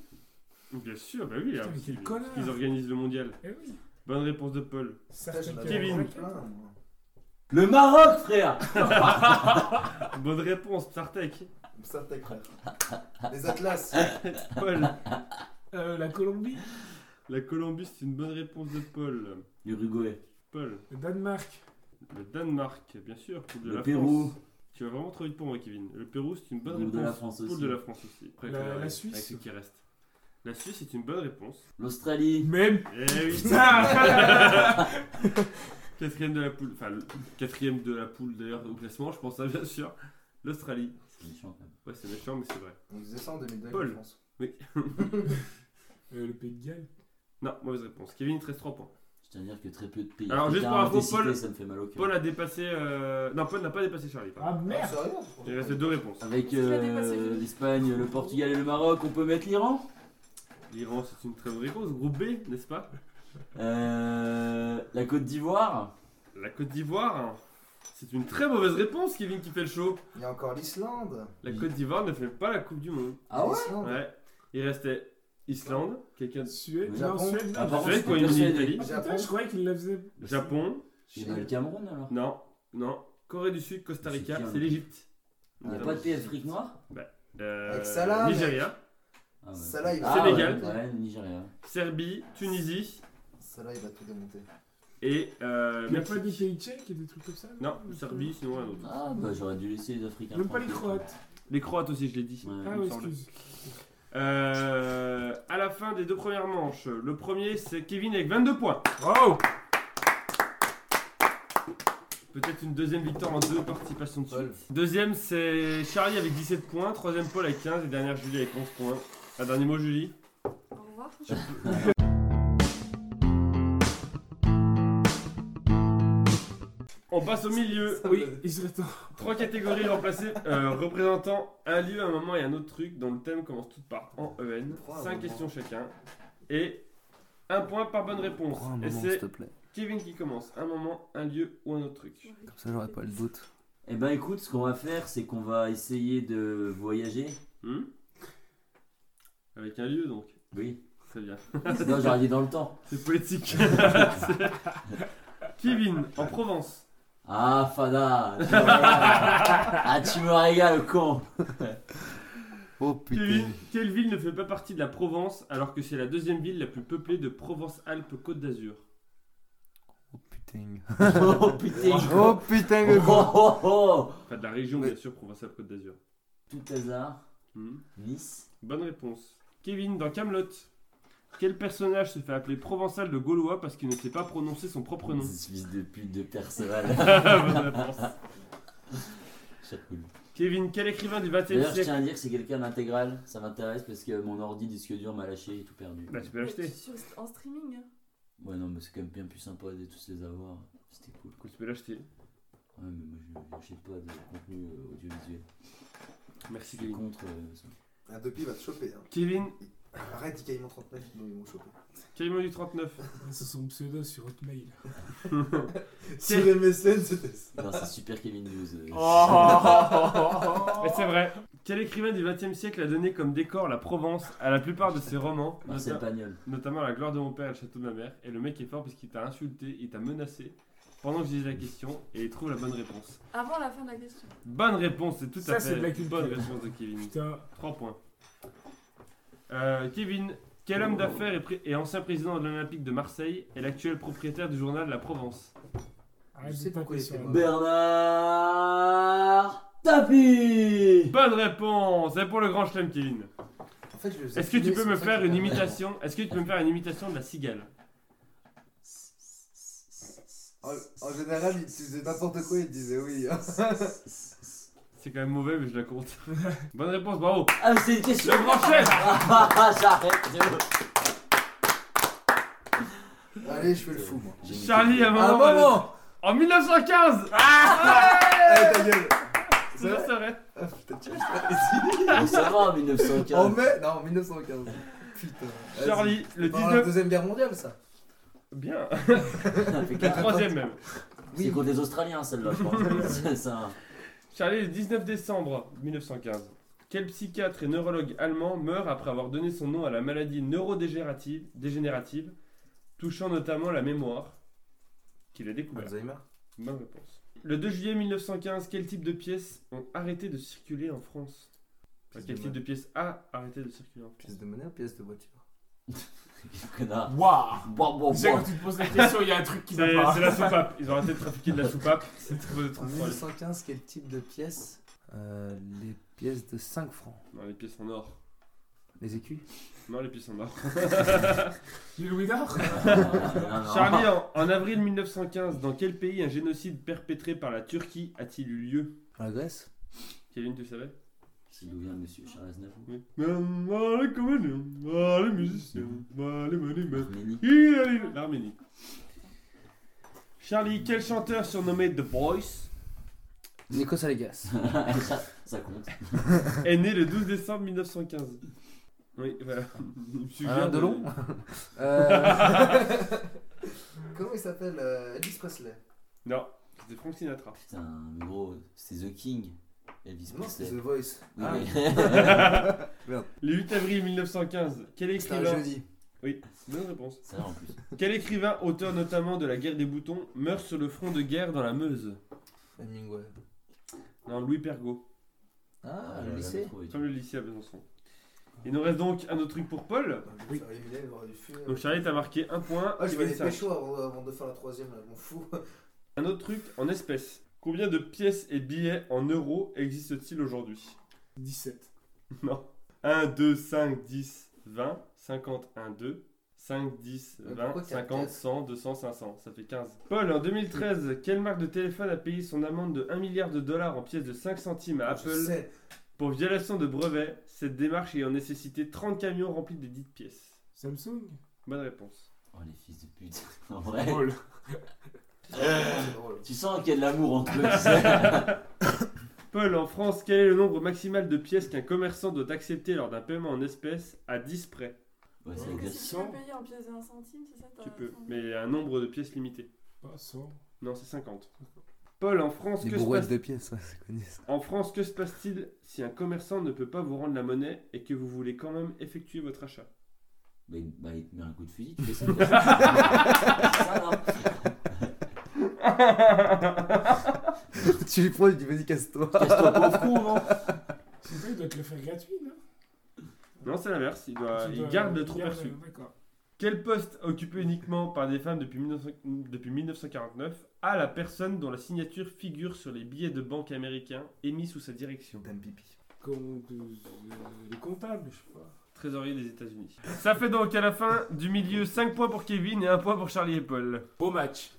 S2: Bien sûr, bah oui.
S3: Putain,
S2: hein,
S3: mais quel
S2: parce
S3: connard.
S2: qu'ils organisent le mondial.
S3: Eh oui.
S2: Bonne réponse de Paul.
S4: j'en avais
S2: Kevin.
S4: plein, moi.
S1: Le Maroc, frère.
S2: Bonne réponse, Sartek.
S4: Comme Ça, t'as craint. Les [LAUGHS] Atlas.
S2: Paul,
S3: Euh, la Colombie.
S2: la Colombie c'est une bonne réponse de Paul.
S1: L'Uruguay.
S2: Paul,
S3: Le Danemark.
S2: le Danemark, bien sûr. Coupe de
S1: Le
S2: la
S1: Pérou.
S2: France. Tu vas vraiment trop vite pour moi, Kevin. Le Pérou c'est une bonne
S1: Coupe
S2: réponse.
S1: de la France aussi.
S2: Coupe de la France aussi. Après,
S3: La-
S2: avec
S3: la
S2: avec
S3: Suisse.
S2: ce qui reste. La Suisse c'est une bonne réponse.
S1: L'Australie.
S3: Même.
S2: [LAUGHS] Eh oui. [LAUGHS]
S3: Putain
S2: Quatrième de la poule, enfin le quatrième de la poule d'ailleurs au classement, je pense à bien sûr. L'Australie.
S1: C'est méchant, quand même.
S2: Ouais, c'est méchant, mais c'est vrai.
S4: On faisait ça en 2002,
S2: Paul.
S4: je pense.
S3: Euh, Le Pays de Galles.
S2: Non, mauvaise réponse. Kevin, il te reste 3 points.
S1: Je tiens à dire que très peu de pays.
S2: Alors, juste pour
S1: africains
S2: info,
S1: ont été cités,
S2: Paul-
S1: Ça me fait mal au cœur.
S2: Paul a dépassé. euh, Non, Paul n'a pas dépassé Charlie. pardon.
S3: Ah
S4: Ah,
S3: merde.
S4: sérieux
S2: Il reste deux réponses.
S1: Avec
S6: Je l'ai dépassé,
S1: euh,
S6: Julie.
S1: l'Espagne, le Portugal et le Maroc, on peut mettre l'Iran
S2: L'Iran, c'est une très bonne réponse. Groupe B, n'est-ce pas
S1: Euh, La Côte d'Ivoire
S2: La Côte d'Ivoire, hein. c'est une très mauvaise réponse, Kevin qui fait le show.
S4: Il y a encore l'Islande.
S2: La
S1: Oui.
S2: Côte d'Ivoire ne fait pas la Coupe du Monde.
S1: Ah ouais
S4: L'Islande.
S2: Ouais. Il restait Islande, quelqu'un de
S3: Suède.
S1: Oui.
S3: Non,
S4: Japon.
S3: Suède.
S1: Ah,
S3: non.
S1: par contre,
S2: Suède,
S1: j'étais
S2: quoi, il élimine
S1: persuadé.
S2: l'Italie.
S3: Ah, putain, je croyais qu'il la faisait.
S2: Japon,
S1: Il y a le Cameroun alors
S2: non, non. Corée du Sud, Costa Rica,
S1: C'est qui, hein
S2: c'est l'Égypte. Ah,
S1: Il n'y a
S2: Notamment.
S1: pas de pays afrique noire
S2: Euh,
S4: Avec Salah, mec.
S2: Nigeria,
S1: ah,
S5: bah,
S1: ouais.
S4: Ça, là, il
S1: Ah,
S4: va
S2: Sénégal.
S1: Ouais, ouais, Nigeria.
S2: Sérbie, Tunisie
S4: Ça, là, il va tout
S2: [LAUGHS]
S4: démonter.
S2: et. Euh,
S3: Il n'y a
S2: Mexique.
S3: pas des pays tchèques et des trucs comme ça
S2: Non, Serbie, sinon un autre.
S1: Ah bah j'aurais dû laisser les Africains.
S3: Même pas les
S1: tranquilles.
S3: Croates.
S2: Les Croates aussi, je l'ai dit.
S1: Ouais.
S3: Ah
S2: Il me
S3: oui,
S2: semble.
S3: excuse.
S2: Euh, à la fin des deux premières manches, le premier c'est Kevin avec 22 points.
S3: Oh
S2: Peut-être une deuxième victoire en deux participations de suite. Deuxième c'est Charlie avec 17 points, troisième Paul avec 15 et dernière Julie avec 11 points. Un dernier mot Julie
S6: Au revoir.
S2: On passe au milieu.
S3: Oui, il serait temps.
S2: Trois catégories remplacées euh, représentant un lieu, un moment et un autre truc dont le thème commence toutes par en EN.
S4: Trois
S2: Cinq
S4: moments.
S2: questions chacun. Et un point par bonne réponse.
S8: Prends un
S2: et
S8: moment, s'il
S2: c'est
S8: te plaît.
S2: Kevin qui commence. Un moment, un lieu ou un autre truc.
S8: Comme ça, j'aurai pas le doute.
S5: Eh ben écoute, ce qu'on va faire, c'est qu'on va essayer de voyager.
S2: Hmm Avec un lieu donc.
S3: [LAUGHS]
S5: Oui.
S2: Très bien.
S5: Non, j'aurais dit dans le temps.
S2: C'est poétique. [LAUGHS] Kevin, en Provence.
S5: Ah, Fada tu me régales. Ah, tu me régales, con [LAUGHS]
S8: Oh putain.
S2: Kevin, quelle ville ne fait pas partie de la Provence alors que c'est la deuxième ville la plus peuplée de Provence-Alpes-Côte d'Azur
S8: Oh putain.
S5: Oh, putain
S8: Oh putain
S5: Oh,
S8: le con.
S5: oh, oh, oh.
S2: Enfin, de la région,
S8: Mais-
S2: bien sûr, Provence-Alpes-Côte d'Azur.
S5: Tout hasard,
S2: Hmm
S5: Nice.
S2: Bonne réponse. Kevin, dans Camelot, quel personnage se fait appeler provençal de Gaulois parce qu'il ne sait pas prononcer son
S5: [LAUGHS]
S2: propre nom
S5: This Fils de pute de
S3: [LAUGHS]
S5: Perceval.
S2: Bonne réponse.
S5: J'avoue.
S2: Kevin, quel écrivain du XXe
S5: D'ailleurs, je
S2: siècle
S5: tiens à dire que c'est quelqu'un d'intégral. Ça m'intéresse parce que mon ordi disque dur m'a lâché et tout perdu.
S2: Bah, tu peux
S6: Mais
S2: l'acheter.
S6: sur- En streaming. hein.
S5: Ouais, non, mais c'est quand même bien plus sympa de tous les avoir. C'était cool.
S2: Écoute, Tu peux l'acheter.
S5: Ouais, mais moi, je n'achète pas de contenu euh, audiovisuel.
S2: Merci,
S5: Je suis
S2: Kevin.
S5: contre euh, ça.
S4: Un Dopi Ah, va te choper. Hein.
S2: Kevin,
S4: Arrête, il caïman 39, sinon ils vont choper.
S2: Caïman du 39.
S5: [LAUGHS]
S3: C'est Ah, son pseudo sur Hotmail.
S4: Sur MSN, c'était ça.
S5: Non, c'est Super Kevin News. euh.
S2: Oh.
S5: Oh.
S2: Mais c'est vrai. Quel écrivain du XXe siècle a donné comme décor la Provence à la plupart de ses romans,
S5: [LAUGHS] Marcel
S2: nota-
S5: Pagnol.
S2: notamment La gloire de mon père et le château de ma mère Et le mec est fort parce qu'il t'a insulté, il t'a menacé pendant que je disais la question et il trouve la bonne réponse.
S6: Avant la fin de la question.
S2: Bonne réponse, c'est tout
S3: Ça,
S2: à
S3: c'est
S2: fait
S3: de la culture.
S2: bonne réponse de Kevin.
S3: Putain,
S2: 3 points. Euh, Kevin, quel homme d'affaires et, pré- et ancien président de l'Olympique de Marseille est l'actuel propriétaire du journal La Provence
S3: arrête de
S4: sais
S3: taper
S4: pourquoi il
S3: sur
S4: était
S3: la-
S4: mort.
S5: Bernard Tapie
S2: Bonne réponse C'est pour le grand chelem, Kevin.
S4: En fait, je le faisais
S2: Est-ce que tu
S4: fumer,
S2: peux
S4: c'est
S2: me
S4: ça
S2: faire
S4: qui
S2: une
S4: m'a-
S2: imitation Est-ce que tu peux me faire une imitation de la cigale
S4: En, en général, il faisait n'importe quoi, il disait oui. hein.
S2: C'est quand même mauvais, mais je la compte. Bonne réponse, bravo
S5: Ah, mais c'est une question
S2: Le grand chef
S5: Ah, ah, [LAUGHS] J'arrête, c'est bon.
S4: [LAUGHS] Allez, je fais le fou, moi.
S5: J'ai une
S2: Charlie, à un
S5: question.
S2: moment... euh,
S4: Un moment
S2: En 1915
S4: Allez, ta gueule Ah, C'est
S2: Toujours
S4: vrai
S2: serait.
S4: Ah, putain, tu vois, je l'avais dit.
S5: On se va en
S4: En
S5: 1915.
S4: mai Non, en 1915. Putain. Vas-y.
S2: Charlie, le
S4: Pendant la
S2: 19...
S4: Deuxième Guerre mondiale, ça
S2: Bien
S5: Ça fait
S2: La
S5: quatre.
S2: troisième même
S5: C'est contre les Australiens, celle-là, je pense. [LAUGHS] C'est ça.
S2: Charlie, le 19 décembre 1915, quel psychiatre et neurologue allemand meurt après avoir donné son nom à la maladie neurodégénérative dégénérative, touchant notamment la mémoire qu'il a découvert
S4: Alzheimer
S2: Bonne réponse. Le 2 juillet 1915, quel type de pièces ont arrêté de circuler en France Enfin,
S4: Pièce
S2: Quel
S4: de
S2: type
S4: monnaie.
S2: de pièce a arrêté de circuler en France
S4: Pièce de monnaie ou pièce de voiture
S5: Connard.
S3: Waouh
S5: Bon, bon,
S3: Tu sais, quand
S5: bon.
S3: tu te poses la question, il y a un truc qui
S2: C'est
S3: va pas.
S2: c'est la soupape. Ils ont arrêté de trafiquer
S3: [LAUGHS]
S2: de la soupape. C'est trop de
S4: En
S2: trop folle.
S4: 1915, quel type de pièce
S8: Euh, les pièces de 5 francs.
S2: Non, les pièces en or.
S8: Les écus
S2: Non, les pièces en or.
S3: Les Louis d'Or
S2: Charlie,
S8: Ah.
S2: en, en avril 1915, dans quel pays un génocide perpétré par la Turquie a-t-il eu lieu
S8: La Grèce
S2: Kevin, tu le savais
S5: C'est d'où vient monsieur Charles Aznavour
S2: Oui. Allez, comédien, allez, musicien, allez, allez, allez.
S5: Arménie.
S2: Il allait l'Arménie. Charlie, quel chanteur surnommé The Voice
S8: Nikos Aligas.
S5: [LAUGHS] ça, ça compte.
S2: est né le 12 décembre 1915 Oui, voilà. Je [LAUGHS] me souviens
S8: Alain
S2: de-
S8: Delon
S4: [LAUGHS]
S8: euh,
S2: [LAUGHS]
S4: Comment il s'appelle euh, Elvis Presley
S2: Non, c'était
S8: [LAUGHS]
S2: Frank Sinatra.
S5: Putain, mais gros, c'est The King. Elvis
S4: Non, c'est The
S5: Presley.
S4: Voice.
S5: Oui,
S4: Ah, [LAUGHS]
S5: mais- [LAUGHS]
S2: Le 8 avril 1915, quel
S4: C'était un
S2: écrivain
S4: jeudi.
S2: Bonne réponse.
S5: C'est vrai en plus.
S2: Quel écrivain, auteur notamment de La Guerre des Boutons, meurt sur le front de guerre dans la Meuse
S4: Hemingway.
S2: Non, Louis Pergaud.
S4: Ah,
S5: j'aurais
S4: le lycée
S5: jamais trouvé.
S2: Comme le lycée à Besançon. Il nous reste donc un autre truc pour Paul.
S4: Oui. Il aurait dû fumer.
S2: Donc Charlie, t'as marqué un point.
S4: Ah, je vais
S2: Kevin,
S4: aller
S2: ça.
S4: pécho avant, avant de faire la troisième, là, je m'en fous.
S2: Un autre truc en espèces. Combien de pièces et billets en euros existe-t-il aujourd'hui
S3: 17.
S2: Non. 1, 2, 5, 10, 20, 50, 1, 2, 5, 10,
S4: Mais
S2: 20,
S4: Ah, pourquoi
S2: 50,
S4: quatre
S2: 100, 200, 500. Ça fait 15. Paul, en 2013, quelle marque de téléphone a payé son amende de 1 milliard de dollars en pièces de 5 centimes à
S4: Je
S2: Apple
S4: sais.
S2: pour violation de brevet Cette démarche ayant nécessité 30 camions remplis des dites pièces.
S3: Samsung
S2: Bonne réponse.
S5: Oh les fils de pute. [LAUGHS] En vrai.
S3: Drôle.
S2: Ah.
S4: C'est drôle.
S5: Tu sens qu'il y a de l'amour entre eux, tu
S4: [LAUGHS]
S5: sais.
S2: Paul, en France, quel est le nombre maximal de pièces qu'un commerçant doit accepter lors d'un paiement en espèces à 10 près
S5: Ouais, c'est
S6: Donc,
S5: exact.
S6: si tu peux payer en pièces et un centime, c'est ça t'as
S2: Tu
S3: Euh,
S2: peux,
S6: raison.
S2: mais il y a un nombre de pièces limité.
S3: Pas 100.
S2: Non, c'est 50. Paul, en France,
S9: Des
S2: que se passe
S9: bourrettes de pièces, ouais, c'est connu ça.
S2: En France, que se passe-t-il si un commerçant ne peut pas vous rendre la monnaie et que vous voulez quand même effectuer votre achat
S5: Bah, il- bah, il te met un coup de fusil, tu fais
S4: [LAUGHS]
S5: ça. c'est ça, non
S9: tu lui prends, tu dis vas-y, casse-toi.
S5: Casse-toi, pauvre con, non
S3: C'est pas, il doit te le faire gratuit, non
S2: Non, c'est l'inverse, il, doit-
S3: Tu
S2: Euh, il
S3: dois-
S2: garde le
S3: euh, il
S2: trou
S3: garde-
S2: perçu.
S3: D'accord.
S2: Quel poste occupé uniquement par des femmes depuis, 1900 depuis 1949 a la personne dont la signature figure sur les billets de banque américains émis sous sa direction
S4: Dame pipi.
S3: Comme euh, les comptables, je sais pas.
S2: Trésorier des États-Unis. Ça fait donc à la fin du milieu 5 points pour Kevin et 1 point pour Charlie et Paul.
S3: Beau match.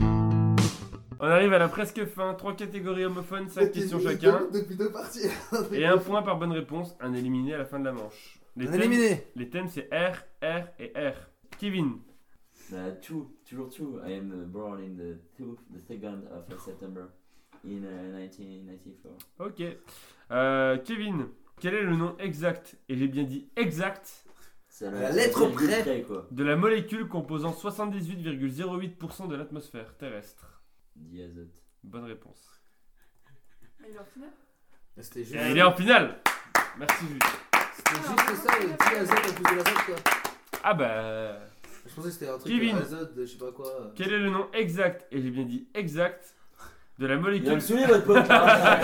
S2: On arrive à la presque fin, trois catégories homophones, 5 questions
S4: Depuis-
S2: chacun.
S4: Depuis deux [LAUGHS] parties.
S2: Et un point par bonne réponse, un éliminé à la fin de la manche. Les
S9: On a
S2: thèmes,
S9: éliminé
S2: les thèmes, c'est R, R et R. Kevin,
S5: Bah, two, toujours two. I am uh, born in the, two, the second of September in uh, 1994.
S2: ok. Euh, Kevin, quel est le nom exact, et j'ai bien dit exact,
S5: C'est
S4: La lettre
S5: virgule
S4: près.
S5: quoi.
S2: de la molécule composant 78,08% de l'atmosphère terrestre
S5: Diazote.
S2: Bonne réponse.
S6: Mais Ah, il est en finale.
S4: C'était juste.
S2: Et il est en finale Merci Jules.
S4: C'était juste ça, le petit azote en plus de l'azote quoi.
S2: Ah bah...
S4: Je pensais que c'était un truc
S2: Kevin.
S4: de azote, de je sais pas quoi.
S2: Quel est le nom exact, et j'ai bien dit exact, de la
S5: Il va me
S2: molécule,
S5: saouler, votre pote
S2: [LAUGHS]
S5: là.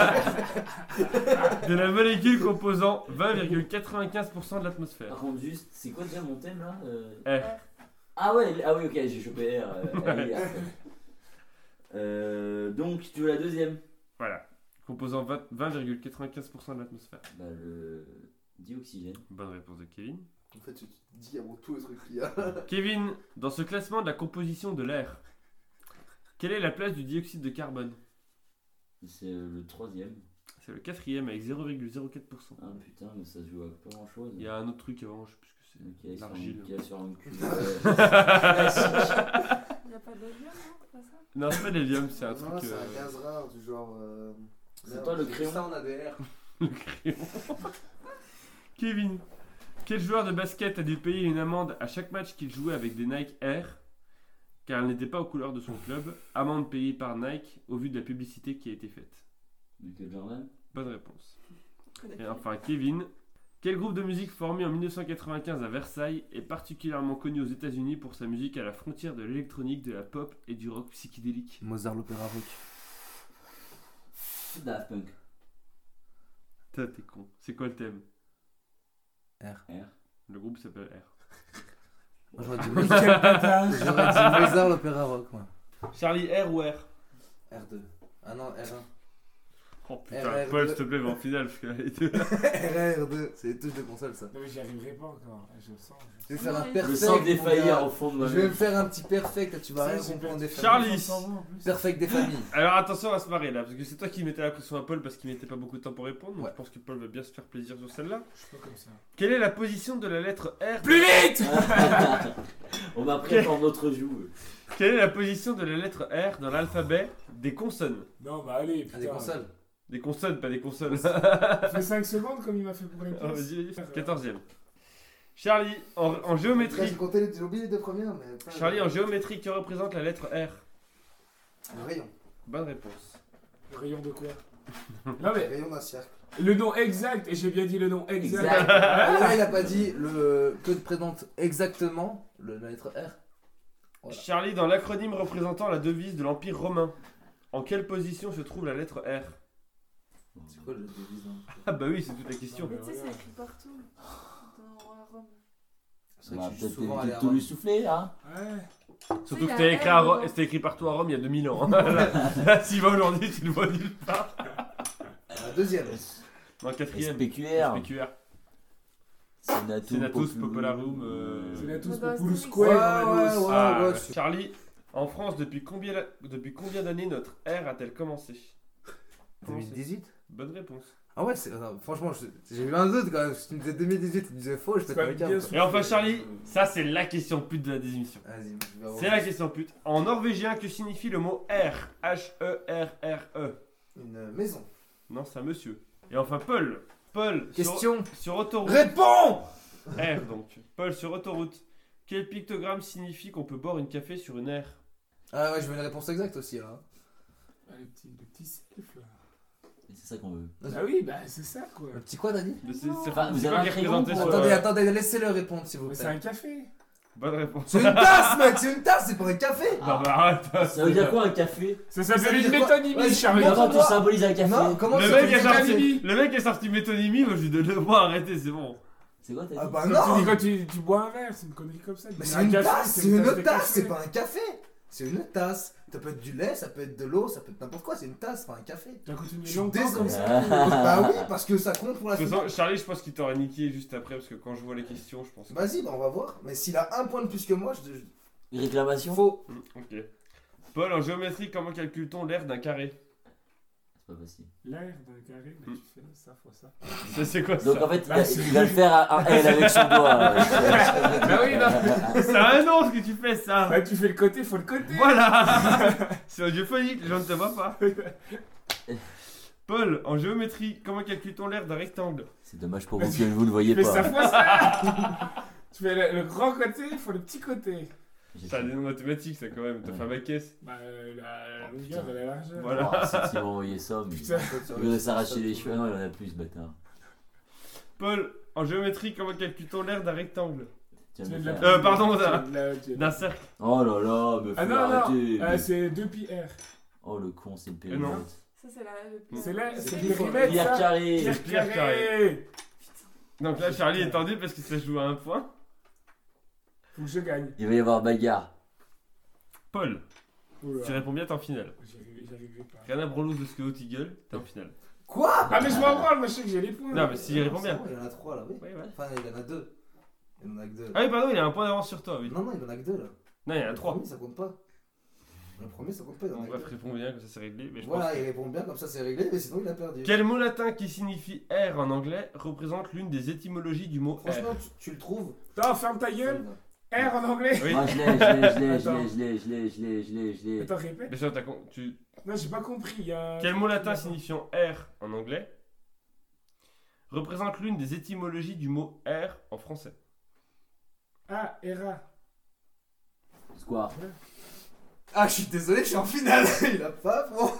S2: de la molécule composant 20,95% de l'atmosphère
S5: Par contre, juste, c'est quoi déjà mon thème là euh,
S2: R.
S5: Ah ouais, ah oui, ok, j'ai chopé R. euh, allez, R. Euh, donc, tu veux la deuxième
S2: Voilà. Composant 20 20,95% de l'atmosphère.
S5: Bah, le dioxygène.
S2: Bonne réponse de Kevin.
S4: En fait, tu te dis avant tout le truc qu'il y a.
S2: Kevin, dans ce classement de la composition de l'air, quelle est la place du dioxyde de carbone
S5: C'est euh, le troisième.
S2: C'est le quatrième avec 0,04%.
S5: Ah putain, mais ça se joue à pas grand chose.
S2: Il y a un autre truc avant, je sais plus ce que
S5: Qui
S2: c'est.
S5: a
S2: L'argile.
S5: sur un
S2: [LAUGHS]
S5: cul.
S6: Il n'y a pas de lumière, non C'est pas ça
S2: Non, c'est pas de l'hélium, c'est un
S4: Non,
S2: truc.
S4: C'est
S2: euh,
S4: un gaz rare du genre. euh,
S5: C'est
S4: merde,
S5: pas le
S4: j'ai vu
S5: crayon.
S4: Ça en ADR.
S2: le crayon. Kevin, quel joueur de basket a dû payer une amende à chaque match qu'il jouait avec des Nike Air car elle n'était pas aux couleurs de son club, amende payée par Nike au vu de la publicité qui a été faite
S5: Michael Jordan
S2: Bonne réponse.
S6: Je connais
S2: Et
S6: pas.
S2: enfin, Kevin. Quel groupe de musique formé en 1995 à Versailles est particulièrement connu aux États-Unis pour sa musique à la frontière de l'électronique, de la pop et du rock psychédélique
S9: Mozart l'opéra rock.
S5: Daft Punk.
S2: Putain, t'es con. C'est quoi le thème
S5: R.
S2: Le groupe s'appelle R.
S9: Moi, J'aurais dit,
S4: [LAUGHS]
S3: Quel
S9: Mozart-
S3: bâtard.
S9: j'aurais dit Mozart l'opéra rock, moi.
S2: Charlie, R ou R
S4: R2. Ah non, R1. [LAUGHS]
S2: Oh
S4: R,
S3: Eh
S2: putain,
S4: R,
S3: ben,
S2: Paul,
S4: R.
S2: s'il te plaît, va en finale. Parce que là, les deux-
S4: RR2. C'est les touches de console ça.
S3: Non, mais j'y arriverai pas encore. Je le sens.
S4: Je vais faire un
S6: Le
S4: perfect.
S5: Le sang
S4: mon gars.
S5: défaillir au fond de
S4: Je
S5: moi.
S4: vais me faire un petit perfect là, tu vas
S3: Ça,
S4: rien
S3: j'ai
S4: comprendre
S3: perdu.
S4: des familles.
S2: Charlie.
S4: Perfect des familles.
S2: Alors attention à se marrer là, parce que c'est toi qui mettais la pression à Paul parce qu'il mettait pas beaucoup de temps pour répondre. Donc
S4: Ouais.
S2: je pense que Paul va bien se faire plaisir sur celle-là.
S3: Je suis pas comme ça.
S2: Quelle est la position de la lettre R
S3: Plus vite
S5: [LAUGHS] On m'a pris par notre joue.
S2: Quelle est la position de la lettre R dans l'alphabet des consonnes
S3: Non, bah allez,
S4: Ah, des
S3: putain.
S4: consoles.
S2: Des consonnes, pas des
S3: [LAUGHS]
S2: consoles.
S3: Fais 5 secondes comme il m'a fait pour les
S2: Ah,
S3: pièces.
S2: vas-y, vas-y. 14e. Charlie, en, en
S4: Là,
S2: géométrie.
S4: J'ai compté les- j'ai oublié les deux premières, mais. pas-
S2: Charlie, en géométrie, que représente la lettre R
S4: Le rayon.
S2: Bonne réponse.
S3: Le rayon
S4: [LAUGHS]
S3: de quoi Non,
S4: Le
S3: mais
S4: rayon d'un cercle.
S3: le nom exact, et j'ai bien dit le nom exact.
S5: Exact.
S4: Ah, Là, il a pas dit le code présente exactement le, la lettre R. Voilà.
S2: Charlie, dans l'acronyme représentant la devise de l'Empire romain, en quelle position se trouve la lettre R
S4: C'est quoi le devise hein
S2: Ah bah oui, c'est toute la question.
S6: Mais tu sais, c'est écrit partout. Dans Rome.
S4: C'est
S5: On
S4: vrai
S5: va
S4: que je suis
S5: peut-être
S4: souvent allé
S5: éviter
S4: à
S5: de tout lui
S4: Rome.
S5: souffler hein. là.
S3: Ouais.
S2: Surtout
S6: Oui,
S2: que
S6: la
S2: c'était écrit, à
S6: R,
S2: Ro- [LAUGHS]
S6: bon.
S2: c'était écrit partout à Rome il y a 2000 ans. hein. là, s'il va aujourd'hui, tu le vois nulle part.
S4: Euh, Deuxième.
S2: Non, quatrième.
S1: SPQR.
S2: SPQR.
S1: Senatus
S2: Senatus Popularum,
S1: Popularum.
S2: euh,
S3: C'est la tous
S6: Bah,
S3: Populous
S6: c'est-
S4: Ouais, ouais,
S3: Square. hein,
S4: ouais, ouais,
S2: Ah,
S4: Oh, ouais,
S2: ouais.
S4: c'est-
S2: Charlie, en France, depuis combien, depuis combien d'années notre ère a-t-elle commencé Comment c'est
S4: 2018
S2: Bonne réponse.
S4: Ah ouais, c'est- attends, franchement, je- j'ai eu un doute quand même. Si tu me disais 2018, tu me disais faux, je
S3: C'est
S4: t'ai
S3: quand
S4: pas
S3: même bien
S4: câble.
S3: sûr.
S2: Et enfin, Charlie, ça c'est la question pute de la démission.
S4: Vas-y, je vais
S2: C'est
S4: avoir
S2: la question pute. En norvégien, que signifie le mot R E H-E-R-R-E.
S4: une euh, maison.
S2: E. Non, c'est un monsieur. Et enfin, Paul. Paul, sur,
S4: Question.
S2: sur autoroute.
S4: Réponds
S2: R donc. Paul, sur autoroute. Quel pictogramme signifie qu'on peut boire une café sur une aire
S4: Ah ouais, je veux une réponse exacte aussi hein. là.
S3: Ah, le petit, le petit self là.
S5: C'est ça qu'on veut.
S3: Ah oui, bah c'est ça quoi.
S4: Le petit quoi, Dani
S2: Mais c'est- c'est-
S5: Enfin, vous
S2: c'est
S5: avez
S2: pas
S5: un
S2: qui est
S5: crayon
S2: représenté
S5: pour-
S2: sur- euh,
S4: Attendez, attendez, laissez-le répondre s'il vous
S3: Mais
S4: plaît.
S3: c'est un café.
S2: Bonne réponse.
S4: C'est une tasse, mec, c'est une tasse, c'est pour un
S5: Ah.
S4: café.
S2: Non, bah arrête.
S1: Ça veut dire quoi un
S2: [LAUGHS]
S1: café
S3: Ça
S4: Ça veut
S3: s'appelle une
S4: dire quoi Ouais,
S3: métonymie, Charlie.
S4: Montre-moi.
S1: D'abord, tu symbolises un café.
S4: Non, comment
S2: le
S4: ça
S2: mec, est
S3: fait
S2: sorti,
S3: métonymie.
S2: le mec est sorti métonymie, moi je lui donne le mot, arrêtez, c'est bon.
S5: C'est quoi
S4: Ah
S5: t'as dit
S4: bah
S3: Quand tu dis
S4: non
S3: quand tu, tu bois un verre, c'est une connerie comme ça. Tu
S4: Mais
S3: dis
S4: c'est
S3: un
S4: une
S3: café,
S4: tasse, c'est une
S3: de
S4: autre tasse,
S3: café.
S4: c'est pas un café. C'est une tasse. Ça peut être du lait, ça peut être de l'eau, ça peut être n'importe quoi, c'est une tasse, pas un café.
S3: T'as continué
S4: Je suis
S3: longtemps
S4: désolé.
S3: comme ça.
S4: [LAUGHS] bah oui, parce que ça compte pour la
S2: De toute
S4: suite.
S2: façon, Charlie, je pense qu'il t'aurait niqué juste après, parce que quand je vois les questions, je pense que...
S4: Vas-y, bah on va voir. Mais s'il a un point de plus que moi, je. je-
S1: Une réclamation
S4: Faux.
S2: Mm, Ok. Paul, en géométrie, comment calcule-t-on l'aire d'un carré
S5: C'est pas possible.
S3: L'air d'un carré, mais tu fais ça fois
S4: [LAUGHS]
S3: ça.
S2: Ça, Bah, c'est quoi
S1: Donc
S2: ça
S1: en fait, il,
S3: Là,
S1: a-
S3: c'est-
S1: il va le faire à, à elle avec son doigt. euh,
S2: [LAUGHS]
S3: bah oui, non.
S2: Ça annonce que tu fais ça
S3: Bah tu fais le côté, faut le côté.
S2: Voilà C'est audiophonique, les gens ne te voient pas. Paul, en géométrie, comment calcule-t-on l'aire d'un rectangle
S1: C'est dommage pour vous que vous ne voyez
S3: Tu fais ça
S1: pas.
S3: fois ça. tu fais le, le grand côté, faut le petit côté.
S5: J'ai
S2: Ça a
S5: fait-
S2: des noms mathématiques, ça, quand même. T'as
S1: Ouais.
S2: fait ma caisse.
S3: Bah euh, la
S1: Oh,
S3: longueur
S1: putain.
S3: et la largeur.
S2: Voilà.
S1: Oh, si tu m'as envoyé ça, mais...
S3: Putain.
S1: Il va s'arracher les cheveux. Ah Non, il en a plus, ce bâtard.
S2: Paul, en géométrie, comment calcule-t-on l'aire d'un rectangle
S5: Tu
S3: Tu
S5: viens
S3: fais
S5: de
S3: de
S5: le
S3: la-
S5: faire.
S2: Euh, pardon,
S3: tu fais
S2: d'un-
S3: de la- tu-
S2: D'un cercle
S1: Oh là là, me
S3: Ah
S1: faut
S3: non,
S1: arrêter.
S3: non, euh, c'est 2 pi r.
S1: Oh le con, c'est le
S2: Eh non.
S1: périmètre.
S6: Ça, c'est la. le-
S3: C'est là,
S6: le-
S3: c'est
S6: le-
S3: le périmètre
S1: Pierre
S3: ça.
S1: carré.
S2: Pierre
S3: Pierre
S2: carré.
S3: carré.
S2: Donc là, Charlie est tendu parce que ça se joue à un point.
S3: Faut que je gagne.
S1: Il va y avoir bagarre.
S2: Paul,
S3: Oula.
S2: tu réponds bien, t'es en finale.
S3: J'y arrivais- j'y arrivais pas.
S2: Rien à branlouse de ce que l'autre il gueule, t'es en finale.
S4: Quoi
S3: Ah mais je m'en branle, moi je sais que j'ai les points.
S2: Non, mais s'il répond bien.
S4: Il en a trois là, oui.
S2: Ouais, ouais.
S4: Enfin, il en a deux. Il en a que deux.
S2: Ah oui, pardon, il a un point d'avance sur toi, oui.
S4: Non, non, il en a que deux là.
S2: Non, il y en a
S4: Le
S2: 3.
S4: premier, ça compte pas. Le premier, ça compte pas. Il en
S2: Donc,
S4: a
S2: bref,
S4: que deux.
S2: réponds bien, comme ça c'est réglé. Mais je
S4: Voilà,
S2: pense
S4: il
S2: que-
S4: répond bien, comme ça c'est réglé, mais sinon il a perdu.
S2: Quel mot latin qui signifie air en anglais représente l'une des étymologies du mot air
S4: Franchement, tu, tu le trouves.
S3: Attends, ferme ta gueule. R en anglais.
S2: Oui,
S1: Moi je l'ai, je l'ai, je
S3: Attends.
S1: l'ai, je l'ai, je l'ai, je l'ai, je l'ai, je l'ai.
S3: Attends, répète.
S2: mais ça, t'as con- tu...
S3: Non, j'ai pas compris. il y a-
S2: Quel mot latin signifiant air en anglais représente l'une des étymologies du mot air en français
S3: Ah, Hera.
S1: Square.
S4: Ah, je suis désolé, je suis en finale. [LAUGHS] il a pas, bon.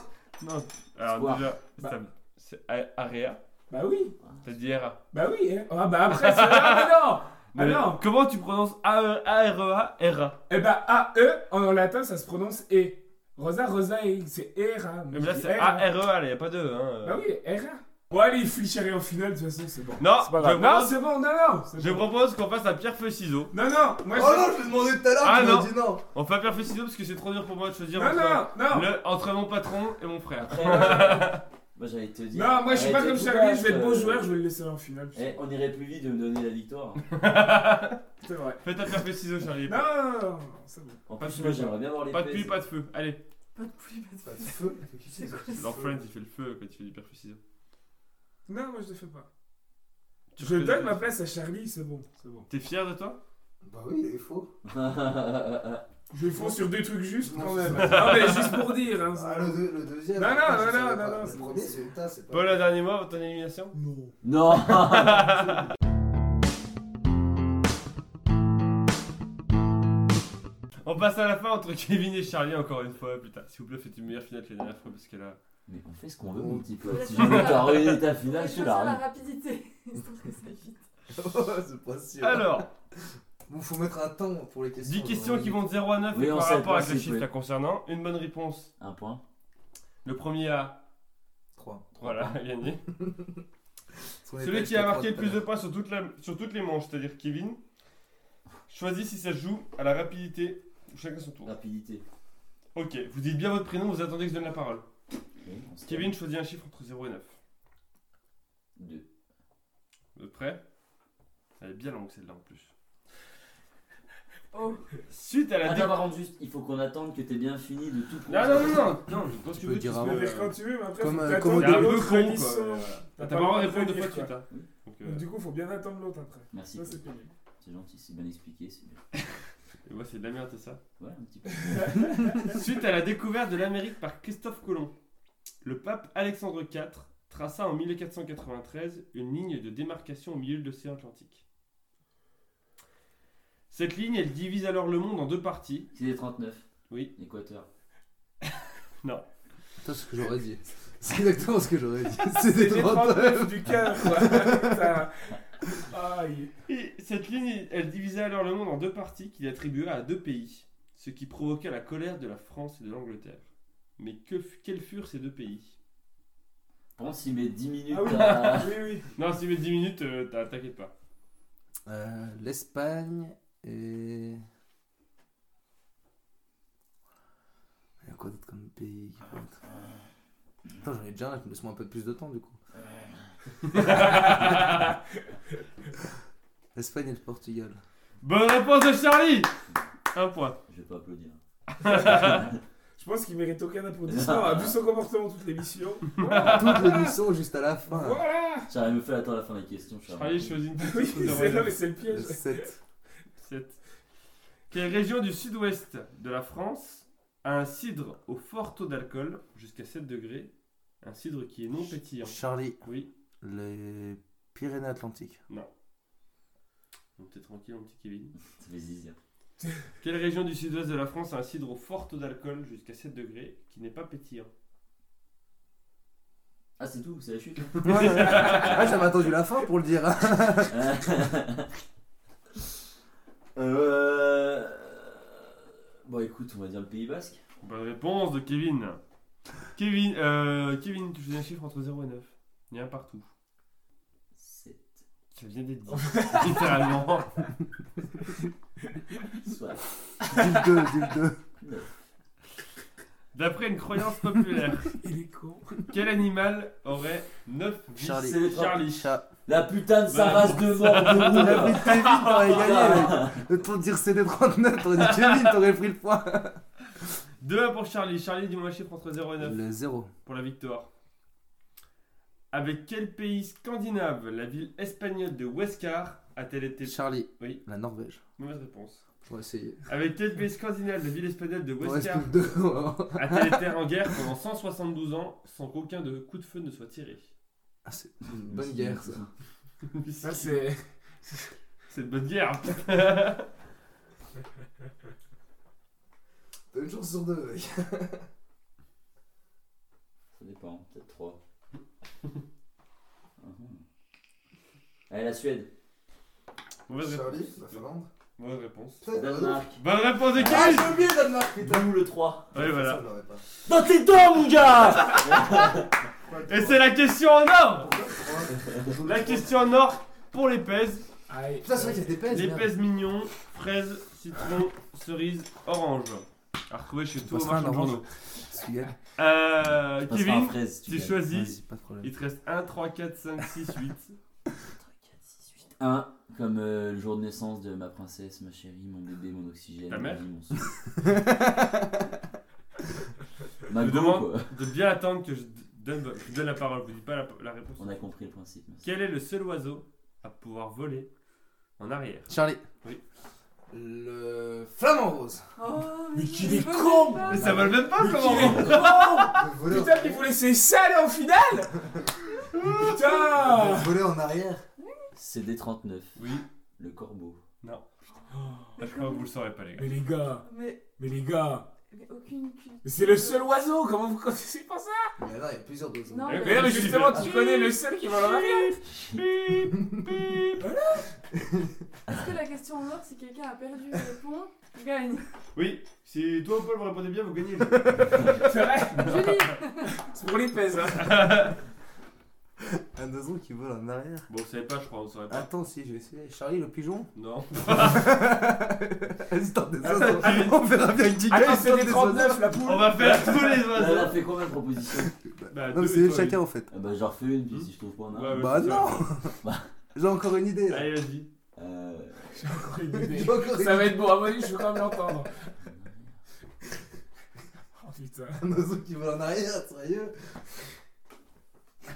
S2: Non. Alors
S1: Square.
S2: déjà,
S3: Bah.
S2: ça- c'est a- area,
S3: Bah oui.
S2: t'as dit era.
S3: Bah oui. hein. Ah
S2: [LAUGHS]
S3: bah après, c'est Ah mais non. Ah non.
S2: Comment tu prononces e, A-R-E-A, era
S3: Eh bah A-E, en latin, ça se prononce E. Rosa, Rosa, E. C'est Hera.
S2: Mais là,
S3: Je dis
S2: c'est
S3: Hera.
S2: A-R-E-A, il n'y a pas deux. Hein.
S3: Bah oui, Hera. Bon, allez, flicherait en finale, de toute façon, c'est bon.
S2: Non,
S3: C'est pas
S2: je
S3: grave. Non,
S2: propose,
S3: c'est bon, non, non. c'est
S2: je
S3: bon.
S2: propose qu'on fasse un pierre-feu-ciseau.
S3: Non, non. Moi,
S4: Oh
S3: je-
S4: non, je l'ai demandé tout à l'heure,
S2: Ah,
S4: tu
S2: non.
S4: m'as dit non.
S2: On fait un pierre-feu-ciseau parce que c'est trop dur pour moi de choisir
S3: Non,
S2: entre,
S3: non, non.
S2: le- entre mon patron et mon frère.
S5: euh, Moi j'allais te dire.
S3: Non, moi, je
S4: Eh,
S3: suis pas
S5: arrêtez
S3: comme
S5: de
S3: Charlie.
S5: vous
S3: Je vais être bon
S5: battre,
S3: joueur,
S5: euh,
S3: je vais le laisser en finale.
S5: eh, on irait plus vite de me donner la victoire.
S3: C'est vrai.
S2: Faites un pierre-feu-ciseau, Charlie.
S3: Non, non, non, non, c'est bon.
S5: En
S2: Pas de
S5: plus, moi
S2: feu.
S5: j'aimerais bien voir les
S2: Pas de
S5: faits,
S2: pluie,
S5: c'est- [LAUGHS]
S2: pas de feu. Allez,
S6: Pas de pluie, pas de
S4: Pas de
S6: pluie.
S4: feu. Qu'est-ce que c'est
S6: quoi
S2: leur friend, il fait le feu quand tu fais du pierre-feu-ciseau.
S3: Non, moi, je le fais pas.
S2: Tu
S3: Je
S2: refais
S3: donne
S2: des-
S3: ma place à Charlie, c'est bon. C'est bon.
S2: T'es fier de toi
S4: Bah oui, il est faux.
S3: Je le fonds sur deux trucs justes
S4: Non,
S3: quand
S4: c'est
S3: même.
S4: ça.
S3: Non, mais juste pour dire. Hein,
S4: Ah,
S3: ça.
S4: le, deux- le deuxième.
S3: Non, non,
S4: ah, je
S3: non,
S4: savais
S3: non,
S4: pas.
S3: non, non,
S4: Le
S3: c'est-
S4: premier, c'est une tasse, c'est pas. [LAUGHS]
S2: Paul, un dernier mot avant ton élimination
S1: Non
S3: Non.
S2: On passe à la fin entre Kevin et Charlie encore une fois. Putain, s'il vous plaît, faites une meilleure finale que la dernière fois parce que là.
S1: Mais on fait ce qu'on veut mon petit
S6: Ouais,
S1: pote. Si
S6: c'est
S1: jamais
S6: ça.
S1: t'as ruiné ta
S6: On va
S1: finale, je te
S6: choisir la
S3: hein.
S1: la ruine.
S6: rapidité. [LAUGHS] histoire que ça évite.
S4: Oh, c'est pas sûr.
S2: Alors,
S4: Bon, faut mettre un temps pour les questions.
S2: 10 questions qui vont de 0 à 9
S1: Oui,
S2: et
S1: on
S2: par
S1: sait le
S2: rapport avec le
S1: principe,
S2: chiffre
S1: oui.
S2: la concernant. Une bonne réponse,
S1: Un point.
S2: le premier à
S4: 3.
S2: Voilà, gagné. Celui qui a marqué le plus de points sur, toute la- sur toutes les manches, c'est-à-dire Kevin, choisit si ça se joue à la rapidité ou chacun son tour.
S5: Rapidité.
S2: Ok, vous dites bien votre prénom, vous attendez que je donne la parole.
S5: Ok, on se calme.
S2: Kevin choisit un chiffre entre 0 et 9.
S5: 2.
S2: Vous êtes prêts Elle est bien longue celle-là en plus.
S6: Oh,
S2: Suite à la
S5: Attends,
S2: dé-
S5: par contre, juste, il faut qu'on attende que t'aies bien fini de tout
S2: Non, non, non, non, non, je pense
S4: Tu
S2: que
S4: peux
S2: vous
S4: dire
S2: qui se
S4: avant.
S3: peux
S2: mettez-
S3: dire quand tu veux, mais après,
S4: Comme,
S3: faut
S4: euh,
S3: que t'attendes
S2: C'est
S4: comme
S2: un
S3: que
S2: peu
S3: l'autre
S2: con,
S3: finisse son-
S2: quoi. Euh, T'as
S3: T'as
S2: pas le droit de
S3: de
S2: répondre deux fois de
S3: prévenir,
S2: suite.
S3: quoi.
S2: hein. Donc, euh, [LAUGHS]
S3: Donc, Du coup, faut bien attendre l'autre après.
S5: Merci.
S3: Ça, c'est
S5: Claude.
S3: pénible.
S5: C'est gentil, c'est bien expliqué. c'est bien.
S2: Et moi, c'est de la merde, c'est ça
S5: Ouais, un petit peu.
S2: Suite à la découverte de l'Amérique par Christophe Colomb, le pape Alexandre IV traça en 1493 une ligne de démarcation au milieu de l'océan Atlantique. Cette ligne, elle divise alors le monde en deux parties.
S5: C'est des 39.
S2: Oui.
S5: Équateur.
S4: C'est ce que j'aurais dit. C'est exactement ce que j'aurais dit. [LAUGHS]
S3: C'est
S4: C'est des
S3: les
S4: droites.
S3: 39 du cœur, quoi. [LAUGHS] Putain. Aïe.
S2: Et cette ligne, elle divisait alors le monde en deux parties qu'il attribua à deux pays, ce qui provoqua la colère de la France et de l'Angleterre. Mais que, f- quels furent ces deux pays
S5: Par contre, s'il met 10 minutes
S3: Ah oui.
S5: à. [LAUGHS]
S3: Oui, oui.
S2: Non, si tu mets 10 minutes, euh, t'as- t'inquiète
S3: [LAUGHS]
S2: pas.
S4: Euh, L'Espagne et. Il y a quoi d'autre comme pays qui peut être Attends, j'en ai déjà un, laisse-moi un peu plus de temps du coup. L'Espagne et le
S2: [LAUGHS]
S4: Portugal.
S2: Bonne réponse de Charlie Un point.
S5: Je vais pas applaudir.
S3: Je pense qu'il mérite aucun applaudissement, a vu son comportement toute l'émission.
S4: Toutes les missions juste à la fin.
S3: Voilà
S5: J'arrive à me faire attendre la fin de la question.
S2: Charlie choisit une
S3: Oui,
S2: petite
S3: c'est non, mais c'est le
S4: Le
S3: piège.
S4: 7.
S2: Sept. Quelle région du sud-ouest de la France a un cidre au fort taux d'alcool, jusqu'à 7 degrés, un cidre qui est non pétillant
S4: Charlie,
S2: Oui,
S4: les
S2: [LAUGHS]
S4: Pyrénées-Atlantiques.
S2: donc t'es tranquille mon petit Kevin.
S5: Ça fait zizir.
S2: Quelle région du sud-ouest de la France a un cidre au fort taux d'alcool, jusqu'à 7 degrés, qui n'est pas pétillant
S5: Ah, c'est tout, c'est la chute.
S4: [LAUGHS] ah, j'avais attendu la fin pour le dire. hein.
S5: euh... Bon, écoute, on va dire le Pays Basque.
S2: Bonne réponse de Kevin. Kevin, euh, Kevin, tu faisais un chiffre entre 0 et 9. Il y en a un partout.
S5: 7.
S2: Ça vient d'être dit, [LAUGHS] littéralement.
S5: Soit.
S4: Dis le 2, dis le 2.
S2: D'après une croyance populaire,
S3: Il est con.
S2: quel animal aurait 9 vies
S4: Charlie.
S5: C'est les trois.
S2: Charlie.
S4: Chat.
S5: La putain de sa
S2: Bah,
S5: race de mort
S4: On a pris
S5: de roue.
S4: Kevin, t'aurais gagné. mec. Le temps de dire CD39, t'aurais dit Kevin, t'aurais pris le point.
S2: 2 pour Charlie. Charlie, dis-moi un chiffre entre 0 et 9
S4: Le 0.
S2: pour la victoire. Avec quel pays scandinave la ville espagnole de Huescar a-t-elle été.
S4: Charlie.
S2: Oui.
S4: La Norvège.
S2: Mauvaise réponse.
S4: On va essayer.
S2: Avec quel pays scandinave la ville espagnole de
S4: Il en reste
S2: Huescar
S4: plus que deux. hein.
S2: a-t-elle été
S4: [LAUGHS]
S2: en guerre pendant 172 ans sans qu'aucun de coup de feu ne soit tiré
S4: Ah, c'est une bonne guerre ça.
S3: Ça, c'est.
S2: C'est de bonne
S4: [LAUGHS]
S2: guerre.
S4: T'as une chance sur deux, mec.
S5: Ça dépend, peut-être 3. [LAUGHS] Allez, la Suède.
S2: Mauvaise réponse.
S4: Finlande.
S2: Mauvaise réponse.
S5: Danemark.
S2: Bonne réponse de
S4: Ah,
S2: Kevin
S4: j'ai oublié Danemark, putain.
S5: D'où le 3.
S2: Oui, voilà.
S5: Dans tes dents, mon gars
S2: Et c'est la question en or La question en or pour les pèses.
S3: Aïe.
S4: Putain, c'est vrai qu'il y a des pèses.
S2: Les
S4: merde.
S2: pèses mignons, fraises, citron, cerise, orange. À retrouver chez tous
S4: On
S2: les
S4: passera un
S2: marchands de
S4: orange.
S2: journaux.
S4: Celui-là.
S2: Euh, Kevin,
S5: fraise,
S2: tu choisis.
S4: Vas-y, pas de problème.
S2: Il te reste 1, 3, 4, 5, 6, 8.
S5: 1, comme euh, le jour de naissance de ma princesse, ma chérie, mon bébé, mon oxygène,
S2: Ta
S5: ma
S2: mère
S5: vie,
S2: [LAUGHS]
S5: mon sang. ma
S2: Je vous
S5: go,
S2: demande
S5: quoi.
S2: de bien attendre que je donne, je vous donne la parole. Je vous dis pas la, la réponse.
S5: On a compris le principe. merci.
S2: Quel est le seul oiseau à pouvoir voler en arrière
S4: Charlie.
S2: Oui.
S4: Le flamant rose.
S6: oh
S3: Mais
S6: oui,
S3: qu'il est
S6: je vois
S3: con
S6: pas.
S2: Mais ça vole même pas comment
S4: [LAUGHS]
S3: Oh
S4: Le voleur.
S3: Putain, mais vous laissez ça là en
S4: [LAUGHS]
S3: finale Putain
S4: Le voleur en arrière.
S5: C'est des 39,
S2: Oui, Ah,
S5: le corbeau.
S2: je crois que vous le saurez pas les gars.
S3: Mais les gars,
S6: Mais,
S3: mais les gars,
S6: mais aucune culture.
S3: mais c'est le seul oiseau, comment vous connaissez pas ça
S4: Mais non, il y a plusieurs doses. hein.
S6: Non,
S2: Eh
S6: mais-
S2: ben,
S3: Mais non, mais justement, tu
S2: Chut.
S3: connais le seul qui va l'envoyer
S6: Est-ce que la question en or, si quelqu'un a perdu le point,
S3: [LAUGHS]
S6: gagne
S2: Oui, si toi ou Paul vous répondez bien, vous gagnez.
S3: C'est vrai
S6: Julie
S3: C'est pour les pèses, hein
S4: Un oiseau qui vole en arrière.
S2: Bon, vous savez pas, je crois, on saurait pas.
S4: Ah. Attends, si, je vais essayer. Charlie le pigeon
S2: Non.
S4: L'histoire des oiseaux. [LAUGHS] On verra bien qui gagne.
S3: Attends, c'est
S4: l'histoire
S3: les
S4: des
S3: 39, la
S2: On
S3: poule
S2: va [LAUGHS] faire tous les
S5: Elle a
S2: oiseaux.
S5: fait combien de propositions
S2: Bah,
S4: oiseaux. Non, mais
S2: deux et
S4: c'est
S2: toi,
S4: chacun en fait.
S5: Ah bah j'en refais une, puis si je trouve pas,
S2: Hmm.
S5: hein.
S2: Ouais,
S5: non.
S2: ouais,
S4: Bah
S2: c'est
S4: non
S5: Bah.
S4: [LAUGHS] J'ai encore une idée
S2: oui.
S4: là.
S2: Allez, [LAUGHS] vas-y.
S5: Euh,
S4: J'ai encore une
S3: Ça va être beau, à mon avis, je veux quand même l'entendre. Oh putain.
S4: Un oiseau qui vole en arrière, sérieux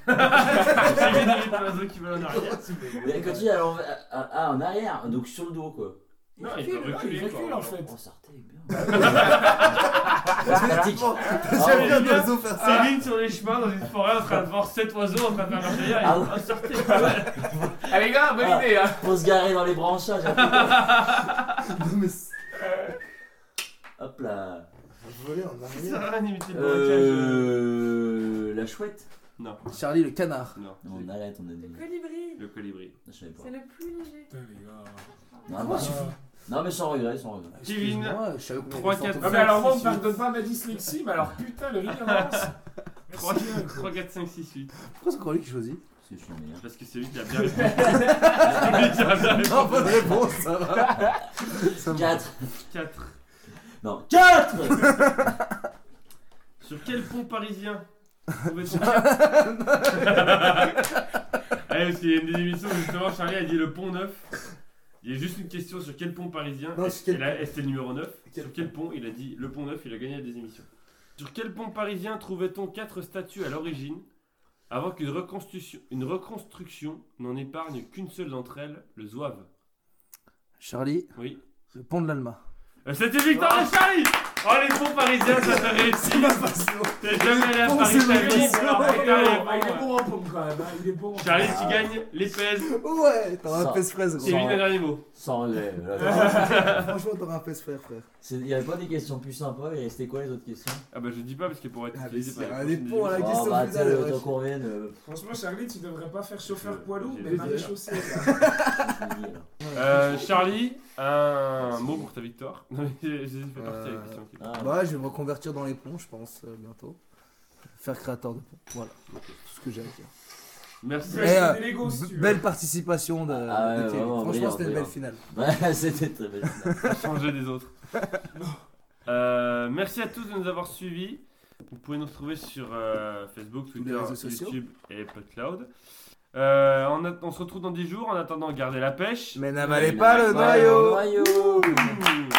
S2: J'ai gagné les oiseaux qui veulent en arrière.
S5: Mais quand tu dis à l'envers- à- à- ah, en arrière, donc sur le dos quoi.
S2: Non, il peut
S3: Ah, il
S2: reculer.
S3: recule
S2: quoi.
S3: en fait.
S5: Oh, sortez,
S2: [LAUGHS]
S5: bien. C'est pratique.
S4: J'ai
S5: Ah,
S4: vu un
S2: bien.
S4: oiseau faire ça.
S2: Céline sur les chemins dans une forêt en train de voir 7 oiseaux en train de faire leur délire.
S5: Ah
S2: Il
S5: ouais.
S2: dit, Ah, sortez. ouais.
S3: Ah les gars, bonne
S5: Ah.
S3: idée hein
S5: Faut se garer dans les branchages. après.
S4: Non, mais c'est-
S5: Hop là.
S4: voler en
S2: Ça sert à
S4: arrière.
S2: rien d'imiter le braquage.
S5: Euh, la chouette.
S2: Non.
S4: Charlie le canard.
S2: Non.
S5: Non, on arrête, on a
S6: Le
S5: dit.
S6: colibri,
S2: Le colibri.
S5: Je savais pas.
S6: c'est le plus léger.
S3: Putain les gars. Ah.
S5: Non, bah, non, mais sans regret, sans regret.
S2: Kevin.
S4: Excuse-moi, je savais combien
S2: Trois,
S4: de sortes
S2: quatre,
S4: de
S3: Non mais
S4: sortes.
S3: alors moi on me pardonne pas ma dyslexie, mais alors putain le rire avance
S2: 3, 4, 5, 6, 8.
S4: Pourquoi c'est encore lui qui choisit
S5: Parce que je suis un meilleur.
S2: Parce que c'est lui qui a bien répondu. C'est lui qui a bien répondu.
S4: Non, bonne réponse, ça va. Ça me-
S5: 4
S2: 4.
S5: Non, 4
S2: Sur quel pont parisien trouvait-on- [LAUGHS] Allez, parce qu'il y a une des émissions où justement Charlie a dit le pont 9. Il y a juste une question sur quel pont parisien.
S4: Non,
S2: et-
S4: sur quel
S2: et là, et c'était le numéro 9.
S4: Quel
S2: sur quel pont il a dit le pont 9, il a gagné la des émissions. Sur quel pont parisien trouvait-on quatre statues à l'origine avant qu'une reconstruction, une reconstruction n'en épargne qu'une seule d'entre elles, le zouave
S4: [LAUGHS] Charlie,
S2: Oui.
S4: le pont de l'Alma.
S2: Euh, C'était Victor et Charlie Oh les ponts parisiens, ça t'a
S4: [LAUGHS]
S2: réussi T'es jamais allé à
S4: ponts,
S2: Paris, ta
S4: c'est ma
S2: vie,
S4: passion.
S2: alors
S3: Ah, il
S2: putain, les
S3: est
S2: ponts, ouais.
S3: bon, ah, il est bon en pomme quand même, hein, il est bon.
S2: Charlie, tu gagnes les pèses.
S4: Ouais, t'auras un
S5: Ça.
S4: pèse-fraise, gros.
S2: Kevin, un dernier mot.
S5: Sans regret. voilà.
S4: Franchement, t'auras un pèse-frère, frère.
S5: C'est- Il y avait pas des questions plus sympas, il restait quoi les autres questions
S2: Ah bah je dis pas parce qu'elle pourrait être
S4: Ah, mais
S2: utilisée
S4: si,
S2: par les
S4: ah,
S2: prochaines
S4: les
S2: émissions.
S4: ponts, là. La
S5: Oh,
S4: question
S5: bah,
S4: finale,
S5: t'sais,
S4: ouais.
S5: autant qu'on revienne. euh,
S3: Franchement Charlie, tu devrais pas faire chauffeur poids lourd,
S2: J'ai
S3: mais
S2: le
S3: mal
S2: dire.
S3: chaussé.
S4: [LAUGHS]
S5: je me dis, alors.
S2: Euh, Charlie, un mot pour ta victoire. [LAUGHS] Non mais j'ai j'ai fait partie
S4: Euh,
S2: la question.
S5: Ah,
S4: Bah, je vais me reconvertir dans les ponts, je pense, euh, bientôt. Faire créateur de ponts. Voilà, tout ce que j'ai à dire.
S2: Merci.
S4: Eh, euh,
S3: des Legos si tu veux.
S4: belle participation de,
S5: Ah,
S4: de
S5: ouais,
S4: Kevin.
S5: vraiment,
S4: Franchement,
S5: brillant,
S4: c'était une belle
S5: brillant.
S4: finale.
S5: [LAUGHS] bah, c'était très belle.
S2: changer des
S4: [LAUGHS]
S2: autres. Euh, merci à tous de nous avoir suivis. Vous pouvez nous retrouver sur euh, Facebook,
S4: les
S2: Twitter,
S4: réseaux sociaux.
S2: YouTube et PodCloud. Euh, on, a- on se retrouve dans 10 jours. En attendant, gardez la pêche.
S4: Mais n'avalez pas le noyau
S5: Noyau.
S2: Ouh.